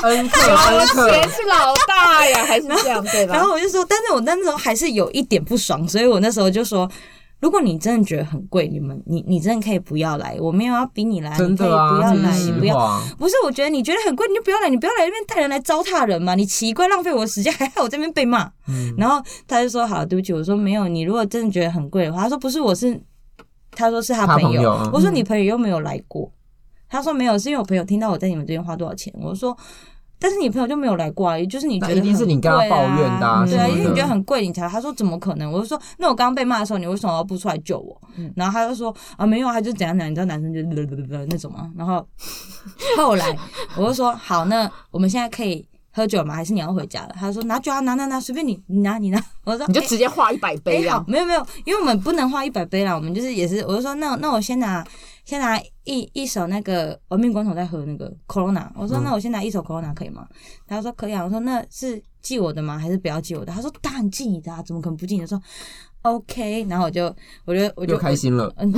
[SPEAKER 2] 恩客恩客，
[SPEAKER 1] 是老大呀，还是这样对
[SPEAKER 2] 啊
[SPEAKER 3] 然后我就说，但是我那时候还是有一点不爽，所以我那时候就说，如果你真的觉得很贵，你们你你真的可以不要来，我没有要逼你来，
[SPEAKER 2] 真
[SPEAKER 3] 你可以
[SPEAKER 2] 的
[SPEAKER 3] 不
[SPEAKER 2] 啊，
[SPEAKER 3] 要
[SPEAKER 2] 这
[SPEAKER 3] 来，
[SPEAKER 2] 是
[SPEAKER 3] 你不
[SPEAKER 2] 实
[SPEAKER 3] 要
[SPEAKER 2] 话。
[SPEAKER 3] 不是，我觉得你觉得很贵，你就不要来，你不要来这边带人来糟蹋人嘛，你奇怪，浪费我的时间，还害我这边被骂。
[SPEAKER 2] 嗯
[SPEAKER 3] 然后他就说好，对不起，我说没有，你如果真的觉得很贵的话，他说不是，我是，他说是他
[SPEAKER 2] 他
[SPEAKER 3] 朋
[SPEAKER 2] 朋友嗯
[SPEAKER 3] 我说你朋友又没有来过，他说没有，是因为我朋友听到我在你们这边花多少钱，我说。但是你朋友就没有来过啊，也就是你觉得
[SPEAKER 2] 那一定是你跟他
[SPEAKER 3] 很贵
[SPEAKER 2] 抱怨的啊
[SPEAKER 3] 嗯对啊，
[SPEAKER 1] 什么的
[SPEAKER 3] 因为你觉得很贵，你才他说怎么可能？我就说那我刚刚被骂的时候，你为什么不出来救我？
[SPEAKER 1] 嗯
[SPEAKER 3] 然后他就说啊没有啊，他就怎样怎样，你知道男生就呃那种嘛。然后 后来我就说好，那我们现在可以喝酒吗？还是你要回家了？他说拿酒啊，拿拿拿，随便你，你拿你 拿。我说
[SPEAKER 1] 你就
[SPEAKER 3] 哎
[SPEAKER 1] 直接画一百杯
[SPEAKER 3] 哎，
[SPEAKER 1] 这
[SPEAKER 3] 好，
[SPEAKER 1] 样。
[SPEAKER 3] 没有没有，因为我们不能画一百杯啦，我们就是也是，我就说那那我先拿先拿一一手那个文明广场在喝那个 Corona，我说
[SPEAKER 2] 嗯
[SPEAKER 3] 那我先拿一手 Corona 可以吗？他说可以啊，我说那是寄我的吗？还是不要寄我的？他说当然寄你的啊，怎么可能不寄你的？我说 OK，然后我就我就我就
[SPEAKER 2] 又开心了，
[SPEAKER 3] 嗯，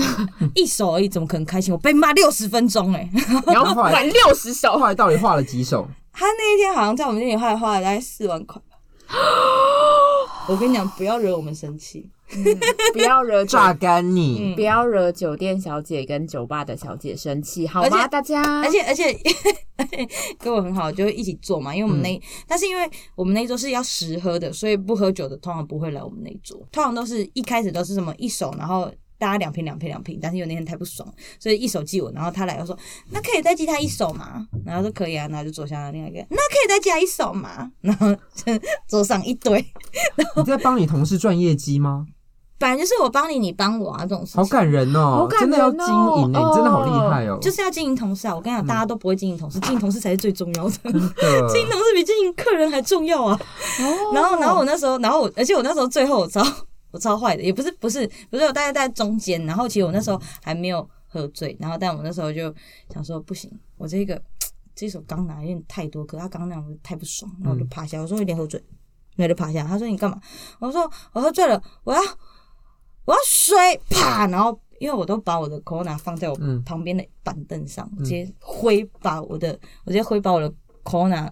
[SPEAKER 3] 一手而已，怎么可能开心？我被骂六十分钟哎、
[SPEAKER 1] 你要玩六十手
[SPEAKER 2] 后，来到底画了几首？
[SPEAKER 3] 他那一天好像在我们店里花了花了大概四万块吧。我跟你讲，不要惹我们生气。嗯
[SPEAKER 1] 不要惹酒
[SPEAKER 2] 榨干你，
[SPEAKER 1] 不要惹酒店小姐跟酒吧的小姐生气，好
[SPEAKER 3] 而且
[SPEAKER 1] 吗？大家，
[SPEAKER 3] 而且而且 跟我很好，就会一起做嘛。因为我们那，但是因为我们那一桌是要实喝的，所以不喝酒的通常不会来我们那一桌，通常都是一开始都是什么一手，然后大家两瓶两瓶两瓶，但是因为那天太不爽，所以一手寄我，然后他来我说那可以再寄他一手吗？然后说可以啊，然后就坐下另外一个，那可以再寄他一手吗？然后就 桌上一堆，
[SPEAKER 2] 你在帮你同事赚业绩吗？
[SPEAKER 3] 反正就是我帮你，你帮我啊这种事情。
[SPEAKER 2] 好感人哦，
[SPEAKER 1] 好感
[SPEAKER 2] 真
[SPEAKER 1] 人哦
[SPEAKER 2] 的要经营哎、
[SPEAKER 1] 哦
[SPEAKER 2] 你真的好厉害哦，
[SPEAKER 3] 就是要经营同事啊！我跟你讲，大家都不会经营同事，经营同事才是最重要的。经
[SPEAKER 2] 真
[SPEAKER 3] 营
[SPEAKER 2] 的
[SPEAKER 3] 同事比经营客人还重要啊！
[SPEAKER 1] 哦
[SPEAKER 3] 然后，然后我那时候，然后我，而且我那时候最后我超我超坏的，也不是不是不是，我大概在中间。然后其实我那时候还没有喝醉，然后但我那时候就想说，不行，我这个这首刚拿有点太多，可他刚那样我就太不爽，然后我就趴下，我说有点喝醉，然后就趴下。他说你干嘛？我说我喝醉了，我要我要水，啪！然后因为我都把我的 Corona 放在我
[SPEAKER 2] 嗯
[SPEAKER 3] 旁边的板凳上，我直接挥把我的，我直接挥把我的 Corona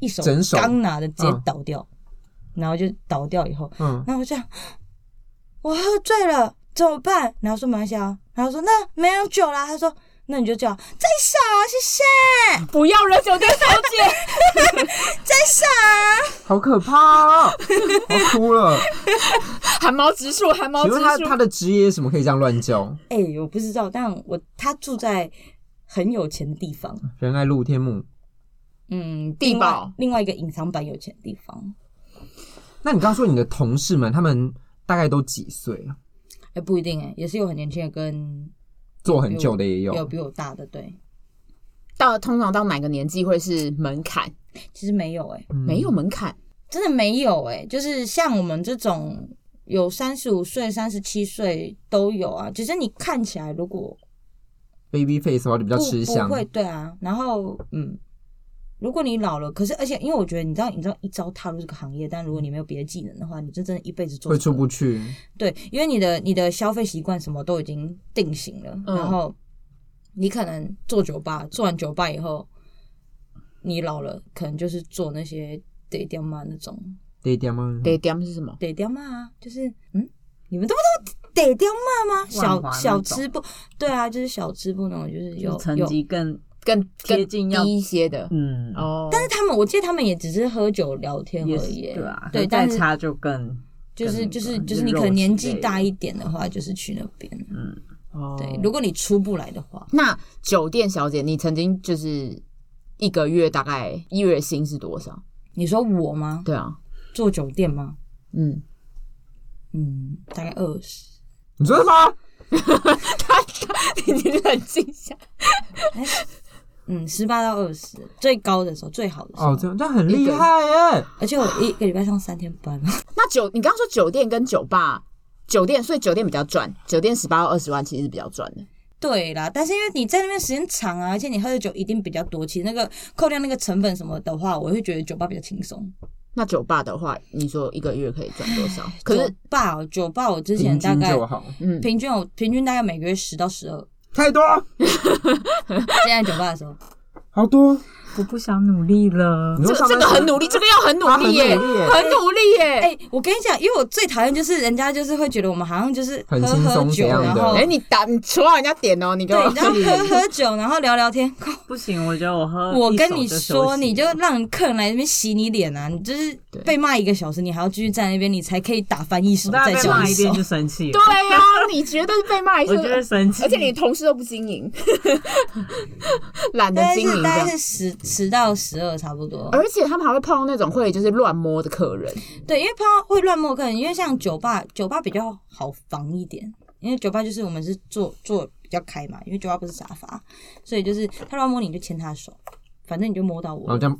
[SPEAKER 3] 一手
[SPEAKER 2] 整手
[SPEAKER 3] 刚拿的直接
[SPEAKER 2] 嗯
[SPEAKER 3] 倒掉，然后就倒掉以后，
[SPEAKER 2] 嗯，
[SPEAKER 3] 然后我就想我喝醉了怎么办？然后说马来西亚，然后说那没有酒啦，他说。那你就叫再少，谢谢，
[SPEAKER 1] 不要惹酒店小 姐，
[SPEAKER 3] 再少。
[SPEAKER 2] 好可怕、哦， 我哭了。
[SPEAKER 1] 汗毛直竖，汗毛
[SPEAKER 2] 请
[SPEAKER 1] 直
[SPEAKER 2] 问他
[SPEAKER 1] 竖
[SPEAKER 2] 他。的职业什么可以这样乱叫？
[SPEAKER 3] 哎、我不知道，但我他住在很有钱的地方，
[SPEAKER 2] 仁爱露天木。
[SPEAKER 3] 嗯，
[SPEAKER 1] 地
[SPEAKER 3] 另外
[SPEAKER 1] 堡
[SPEAKER 3] 另外一个隐藏版有钱的地方，
[SPEAKER 2] 那你刚刚说你的同事们，他们大概都几岁？啊
[SPEAKER 3] 哎、不一定哎、也是有很年轻的跟
[SPEAKER 2] 做很久的也
[SPEAKER 3] 有
[SPEAKER 2] 有，
[SPEAKER 3] 比我大的，对，
[SPEAKER 1] 到通常到哪个年纪会是门槛？
[SPEAKER 3] 其实没有哎、
[SPEAKER 2] 嗯
[SPEAKER 1] 没有门槛，
[SPEAKER 3] 真的没有哎、就是像我们这种有三十五岁、三十七岁都有啊，只是你看起来如果
[SPEAKER 2] baby face 的话就比较
[SPEAKER 3] 不
[SPEAKER 2] 吃香
[SPEAKER 3] 不。会对啊，然后嗯。如果你老了，可是而且因为我觉得你知道，你知道一朝踏入这个行业，但如果你没有别的技能的话，你就真的一辈子做
[SPEAKER 2] 会
[SPEAKER 3] 这
[SPEAKER 2] 出
[SPEAKER 3] 个
[SPEAKER 2] 不去，
[SPEAKER 3] 对，因为你的你的消费习惯什么都已经定型了，
[SPEAKER 1] 嗯
[SPEAKER 3] 然后你可能做酒吧，做完酒吧以后，你老了可能就是做那些 day 掉妈那种
[SPEAKER 2] 对点吗？
[SPEAKER 1] 对 d 是什么？
[SPEAKER 3] day 掉妈啊，就是嗯，你们都不都 day 掉妈吗？
[SPEAKER 4] 万华
[SPEAKER 3] 小
[SPEAKER 4] 那
[SPEAKER 3] 小
[SPEAKER 4] 种
[SPEAKER 3] 吃部，对啊，就是小吃部那种，就是有
[SPEAKER 4] 就成
[SPEAKER 3] 有，
[SPEAKER 4] 绩更
[SPEAKER 1] 更
[SPEAKER 4] 贴
[SPEAKER 1] 更
[SPEAKER 4] 近
[SPEAKER 1] 低
[SPEAKER 4] 要
[SPEAKER 1] 一些的
[SPEAKER 4] 嗯，
[SPEAKER 1] 哦。
[SPEAKER 3] 但是他们我记得他们也只是喝酒聊天而
[SPEAKER 4] 也是
[SPEAKER 3] 已耶，
[SPEAKER 4] 对啊，
[SPEAKER 3] 对，
[SPEAKER 4] 再
[SPEAKER 3] 但是
[SPEAKER 4] 差就更
[SPEAKER 3] 就是
[SPEAKER 4] 更
[SPEAKER 3] 就是
[SPEAKER 4] 那个
[SPEAKER 3] 就是你
[SPEAKER 4] 肉
[SPEAKER 3] 可能年
[SPEAKER 4] 之
[SPEAKER 3] 纪
[SPEAKER 4] 类
[SPEAKER 3] 大
[SPEAKER 4] 的
[SPEAKER 3] 一点的话，就是去那边，
[SPEAKER 1] 哦
[SPEAKER 3] 对，如果你出不来的话。
[SPEAKER 1] 那酒店小姐，你曾经就是一个月大概月薪是多少？
[SPEAKER 3] 你说我吗？
[SPEAKER 1] 对啊，
[SPEAKER 3] 做酒店吗？
[SPEAKER 1] 嗯，
[SPEAKER 3] 嗯，大概二十，
[SPEAKER 2] 你说什么？
[SPEAKER 1] 你冷静一下。
[SPEAKER 3] 嗯，十八到二十，最高的时候，最好的时候。
[SPEAKER 2] 哦，这样这样很厉害耶！
[SPEAKER 3] 而且我一个礼拜上三天班，
[SPEAKER 1] 那酒，你刚刚说酒店跟酒吧，酒店，所以酒店比较赚，酒店十八到二十万其实是比较赚的。
[SPEAKER 3] 对啦，但是因为你在那边时间长啊，而且你喝的酒一定比较多，其实那个扣掉那个成本什么的话，我会觉得酒吧比较轻松。
[SPEAKER 1] 那酒吧的话，你说一个月可以赚多 少？可
[SPEAKER 3] 酒
[SPEAKER 1] 是，
[SPEAKER 3] 吧哦，酒吧我之前
[SPEAKER 2] 平
[SPEAKER 3] 大
[SPEAKER 2] 均
[SPEAKER 3] 概
[SPEAKER 2] 就好，
[SPEAKER 1] 嗯，
[SPEAKER 3] 平均我平均大概每个月十到十二，
[SPEAKER 2] 太多了，
[SPEAKER 3] 现在酒吧的时候，
[SPEAKER 2] 好多。
[SPEAKER 4] 我不想努力了
[SPEAKER 2] 你，
[SPEAKER 1] 这
[SPEAKER 2] 说上
[SPEAKER 1] 这
[SPEAKER 2] 班
[SPEAKER 1] 个
[SPEAKER 2] 族
[SPEAKER 1] 很努力，这个要很努
[SPEAKER 2] 他很
[SPEAKER 1] 力耶，
[SPEAKER 2] 努力 耶
[SPEAKER 1] 很努力耶。
[SPEAKER 3] 哎、我跟你讲，因为我最讨厌就是人家就是会觉得我们好像就是喝
[SPEAKER 2] 很轻松
[SPEAKER 3] 喝
[SPEAKER 2] 这
[SPEAKER 3] 酒，
[SPEAKER 2] 样的
[SPEAKER 3] 然后
[SPEAKER 1] 哎、你打你戳到人家点哦，你给
[SPEAKER 3] 对，
[SPEAKER 1] 我
[SPEAKER 3] 然后喝喝酒，然后聊聊天， 靠
[SPEAKER 4] 不行，我觉得我喝
[SPEAKER 3] 我
[SPEAKER 4] 啊一
[SPEAKER 3] 跟
[SPEAKER 4] 手
[SPEAKER 3] 你
[SPEAKER 4] 就休
[SPEAKER 3] 说，
[SPEAKER 4] 息
[SPEAKER 3] 你就
[SPEAKER 4] 了
[SPEAKER 3] 让客人来那边洗你脸啊！你就是
[SPEAKER 1] 对
[SPEAKER 3] 被骂一个小时，你还要继续站那边，你才可以打翻一手
[SPEAKER 4] 我大
[SPEAKER 3] 再
[SPEAKER 4] 概被
[SPEAKER 3] 叫
[SPEAKER 4] 骂
[SPEAKER 3] 一
[SPEAKER 4] 一遍
[SPEAKER 3] 手。
[SPEAKER 4] 就生气了，
[SPEAKER 1] 对啊，你绝对是被骂一
[SPEAKER 4] 我就会
[SPEAKER 1] 顿，
[SPEAKER 4] 生气，
[SPEAKER 1] 而且你同事都不经 营，懒得
[SPEAKER 3] 大概
[SPEAKER 1] 经营
[SPEAKER 3] 是
[SPEAKER 1] 这
[SPEAKER 3] 大
[SPEAKER 1] 样
[SPEAKER 3] 概。是十十到十二差不多。
[SPEAKER 1] 而且他们还会碰到那种会就是乱摸的客人，
[SPEAKER 3] 对，因为怕会乱摸客人，因为像酒吧，酒吧比较好防一点，因为酒吧就是我们是坐坐比较开嘛，因为酒吧不是沙发，所以就是他乱摸你你就牵他的手，反正你就摸到我。
[SPEAKER 2] 然后这样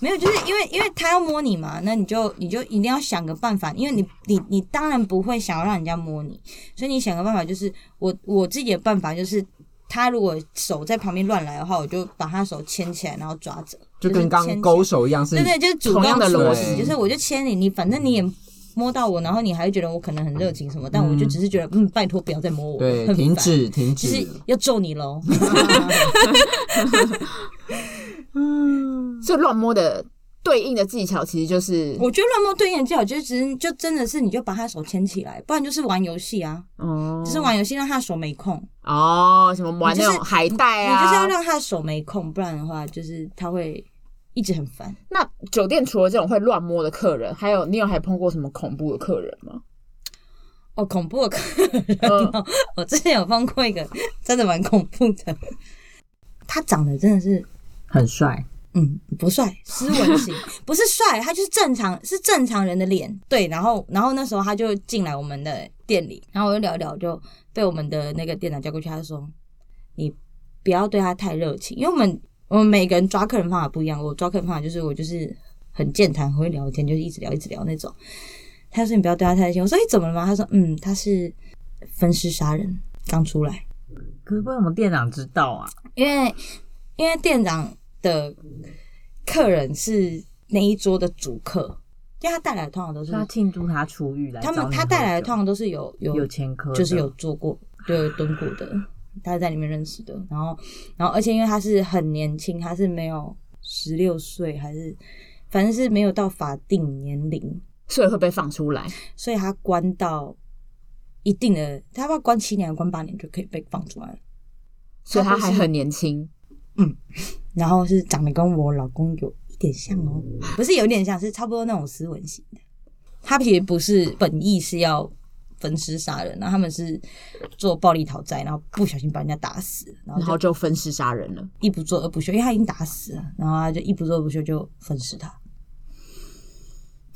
[SPEAKER 3] 没有，就是因为因为他要摸你嘛，那你就你就一定要想个办法，因为你你你当然不会想要让人家摸你，所以你想个办法，就是我我自己的办法就是，他如果手在旁边乱来的话，我就把他手牵起来，然后抓着，
[SPEAKER 2] 就跟
[SPEAKER 3] 是
[SPEAKER 2] 刚
[SPEAKER 3] 牵
[SPEAKER 2] 刚
[SPEAKER 3] 起
[SPEAKER 2] 勾手嗯一样，是
[SPEAKER 3] 对对，就是主
[SPEAKER 1] 同样
[SPEAKER 3] 动
[SPEAKER 1] 的
[SPEAKER 3] 出
[SPEAKER 1] 逻
[SPEAKER 3] 击，
[SPEAKER 2] 辑
[SPEAKER 3] 就是我就牵你，你反正你也摸到我，然后你还会觉得我可能很热情什么，但我就只是觉得嗯，拜托不要再摸我，
[SPEAKER 2] 对
[SPEAKER 3] 很
[SPEAKER 2] 停
[SPEAKER 3] 烦，
[SPEAKER 2] 止停
[SPEAKER 3] 就是
[SPEAKER 2] 止。
[SPEAKER 3] 要揍你喽。嗯
[SPEAKER 1] 所以乱摸的对应的技巧其实就是，
[SPEAKER 3] 我觉得乱摸对眼最好就是只是就真的是你就把他手牵起来，不然就是玩游戏啊。
[SPEAKER 1] 哦
[SPEAKER 3] 只是玩游戏让他的手没空，
[SPEAKER 1] 哦，什么玩
[SPEAKER 3] 你
[SPEAKER 1] 那
[SPEAKER 3] 就是
[SPEAKER 1] 种海带啊，
[SPEAKER 3] 你就是要让他的手没空，不然的话就是他会一直很烦。
[SPEAKER 1] 那酒店除了这种会乱摸的客人，还有你有还碰过什么恐怖的客人吗？
[SPEAKER 3] 哦，恐怖的 客人哦、我之前有放过一个，真的蛮恐怖的。他长得真的是，
[SPEAKER 5] 很帅，
[SPEAKER 3] 嗯，不帅，斯文型，不是帅，他就是正常，是正常人的脸。对，然后，然后那时候他就进来我们的店里，然后我就聊一聊，就被我们的那个店长叫过去，他就说：“你不要对他太热情，因为我们我们每个人抓客人方法不一样。我抓客人方法就是我就是很健谈，很会聊天，就是一直聊一直聊那种。”他说：“你不要对他太热情。”我说：“你怎么了吗？”他说：“嗯，他是分尸杀人，刚出来。”
[SPEAKER 5] 可是为什么店长知道啊？
[SPEAKER 3] 因为因为店长的客人是那一桌的主客，因为他带来的通常都是
[SPEAKER 5] 是他庆祝他出狱来
[SPEAKER 3] 他
[SPEAKER 5] 找你喝酒，
[SPEAKER 3] 们他带来的通常都是有有
[SPEAKER 5] 有前科的，
[SPEAKER 3] 就是有做过对蹲过的，他是在里面认识的。然后然后而且因为他是很年轻，他是没有十六岁还是反正是没有到法定年龄，
[SPEAKER 1] 所以会被放出来。
[SPEAKER 3] 所以他关到。一定的，他要不要关七年、关八年就可以被放出来了。
[SPEAKER 1] 所以他
[SPEAKER 3] 他不
[SPEAKER 1] 还
[SPEAKER 3] 是
[SPEAKER 1] 很年轻，
[SPEAKER 3] 然后是长得跟我老公有一点像哦，不是有点像，是差不多那种斯文型的。他其实不是本意是要分尸杀人，然后他们是做暴力讨债，然后不小心把人家打死，然后
[SPEAKER 1] 然
[SPEAKER 3] 就
[SPEAKER 1] 后就分尸杀人了。
[SPEAKER 3] 一不做二不休，因为他已经打死了，然后他就一不做二不休就分尸他。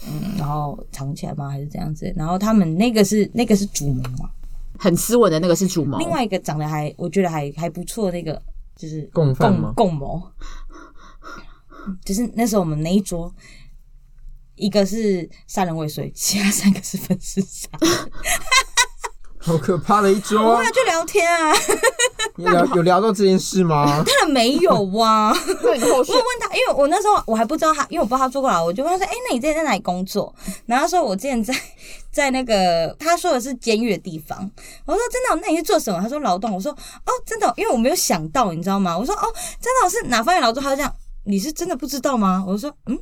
[SPEAKER 3] 嗯，然后藏起来吗？还是这样子？然后他们那个是那个是主谋啊嘛，
[SPEAKER 1] 很斯文的那个是主谋，
[SPEAKER 3] 另外一个长得还我觉得还还不错，那个就是
[SPEAKER 2] 共犯吗
[SPEAKER 3] 共共谋，就是那时候我们那一桌，一个是杀人未遂，其他三个是分尸杀，
[SPEAKER 2] 好可怕的一桌啊！
[SPEAKER 3] 那就聊天啊，
[SPEAKER 2] 有聊有聊到这件事吗？
[SPEAKER 3] 当然没有哇、啊。
[SPEAKER 1] 那你后续
[SPEAKER 3] 我问他，因为我那时候我还不知道他，因为我不知道他做过来，我就问他说：“哎、那你之前在哪里工作？”然后他说：“我之前在在那个他说的是监狱的地方。”我说：“真的哦、那你是做什么？”他说：“劳动。”我说：“哦，真的哦、因为我没有想到，你知道吗？”我说：“哦，真的哦、是哪方面劳动？”他就这样：“你是真的不知道吗？”我说：“嗯，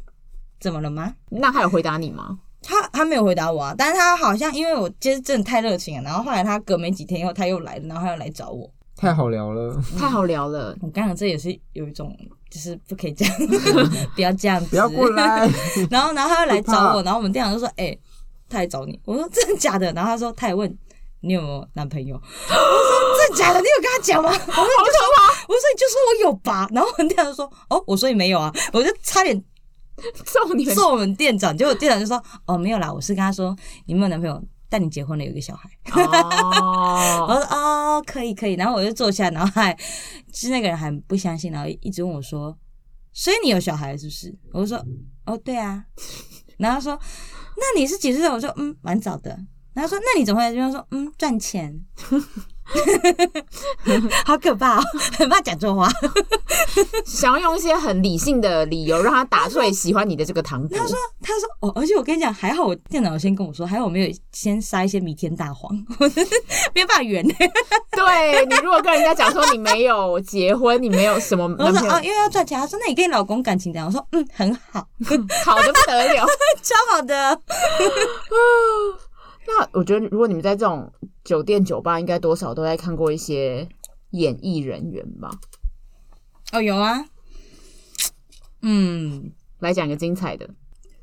[SPEAKER 3] 怎么了吗？”
[SPEAKER 1] 那他有回答你吗？
[SPEAKER 3] 他他没有回答我啊，但是他好像因为我就是真的太热情了，然后后来他隔没几天以后他又来了，然后他又来找我。
[SPEAKER 2] 太好聊 了，
[SPEAKER 3] 嗯
[SPEAKER 1] 太好聊了，
[SPEAKER 3] 我刚刚这也是有一种就是不可以这样， 不要这样子，
[SPEAKER 2] 不要过 来。
[SPEAKER 3] 然后，然后他又来找
[SPEAKER 2] 不怕
[SPEAKER 3] 我，然后我们店长就说：“哎、他来找你。”我说：“真的假的？”然后他说：“他也问你有没有男 朋友。”我说：“真的假的？你有跟他讲吗？”我说：“好可怕！”我说：“你就说我有吧。”然后我们店长就说：“哦，我说你没有啊。”我就差点
[SPEAKER 1] 揍你们！
[SPEAKER 3] 揍我们店长，结果店长就说：“哦，没有啦，我是跟他说你没有男朋友，但你结婚了，有一个小孩。”我
[SPEAKER 1] 哦，
[SPEAKER 3] 说哦，可以可以，然后我就坐下，然后还是那个人还不相信，然后一直问我说，所以你有小孩是不是？我就说哦，对啊，然后他说那你是几岁？我说嗯，蛮早的。然后说那你怎么会来这边？我说嗯，赚钱， 好可怕、哦， 很怕讲错话。
[SPEAKER 1] 想要用一些很理性的理由让他打退喜欢你的这个糖果。
[SPEAKER 3] 他说：“哦，而且我跟你讲，还好我电脑有先跟我说，还好我没有先撒一些弥天大谎， 我真是没有办法 圆。
[SPEAKER 1] 对你如果跟人家讲说你没有结婚，你没有什么
[SPEAKER 3] 我
[SPEAKER 1] 男
[SPEAKER 3] 说
[SPEAKER 1] 朋
[SPEAKER 3] 哦，
[SPEAKER 1] 友，
[SPEAKER 3] 因为要赚钱。他说那你跟你老公感情怎样？我说嗯，很好，
[SPEAKER 1] 好的不得了。
[SPEAKER 3] 超好的。
[SPEAKER 1] 那我觉得，如果你们在这种酒店、酒吧，应该多少都在看过一些演艺人员吧？
[SPEAKER 3] 哦，有啊，嗯，
[SPEAKER 1] 来讲一个精彩的。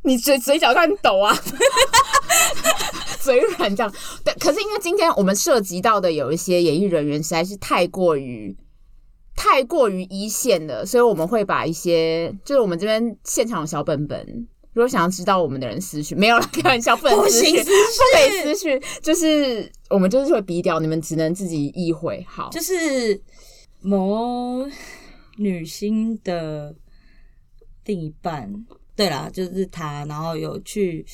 [SPEAKER 1] 你嘴嘴角在抖啊， 嘴软这样。对，可是因为今天我们涉及到的有一些演艺人员实在是太过于太过于一线了，所以我们会把一些就是我们这边现场有小本本。如果想要知道我们的人私讯，没有啦，开玩笑，不能
[SPEAKER 3] 不
[SPEAKER 1] 私讯，
[SPEAKER 3] 行私
[SPEAKER 1] 不可以私讯，就是我们就是会逼掉，你们只能自己意会。好，
[SPEAKER 3] 就是某女星的另一半，对啦，就是他，然后有去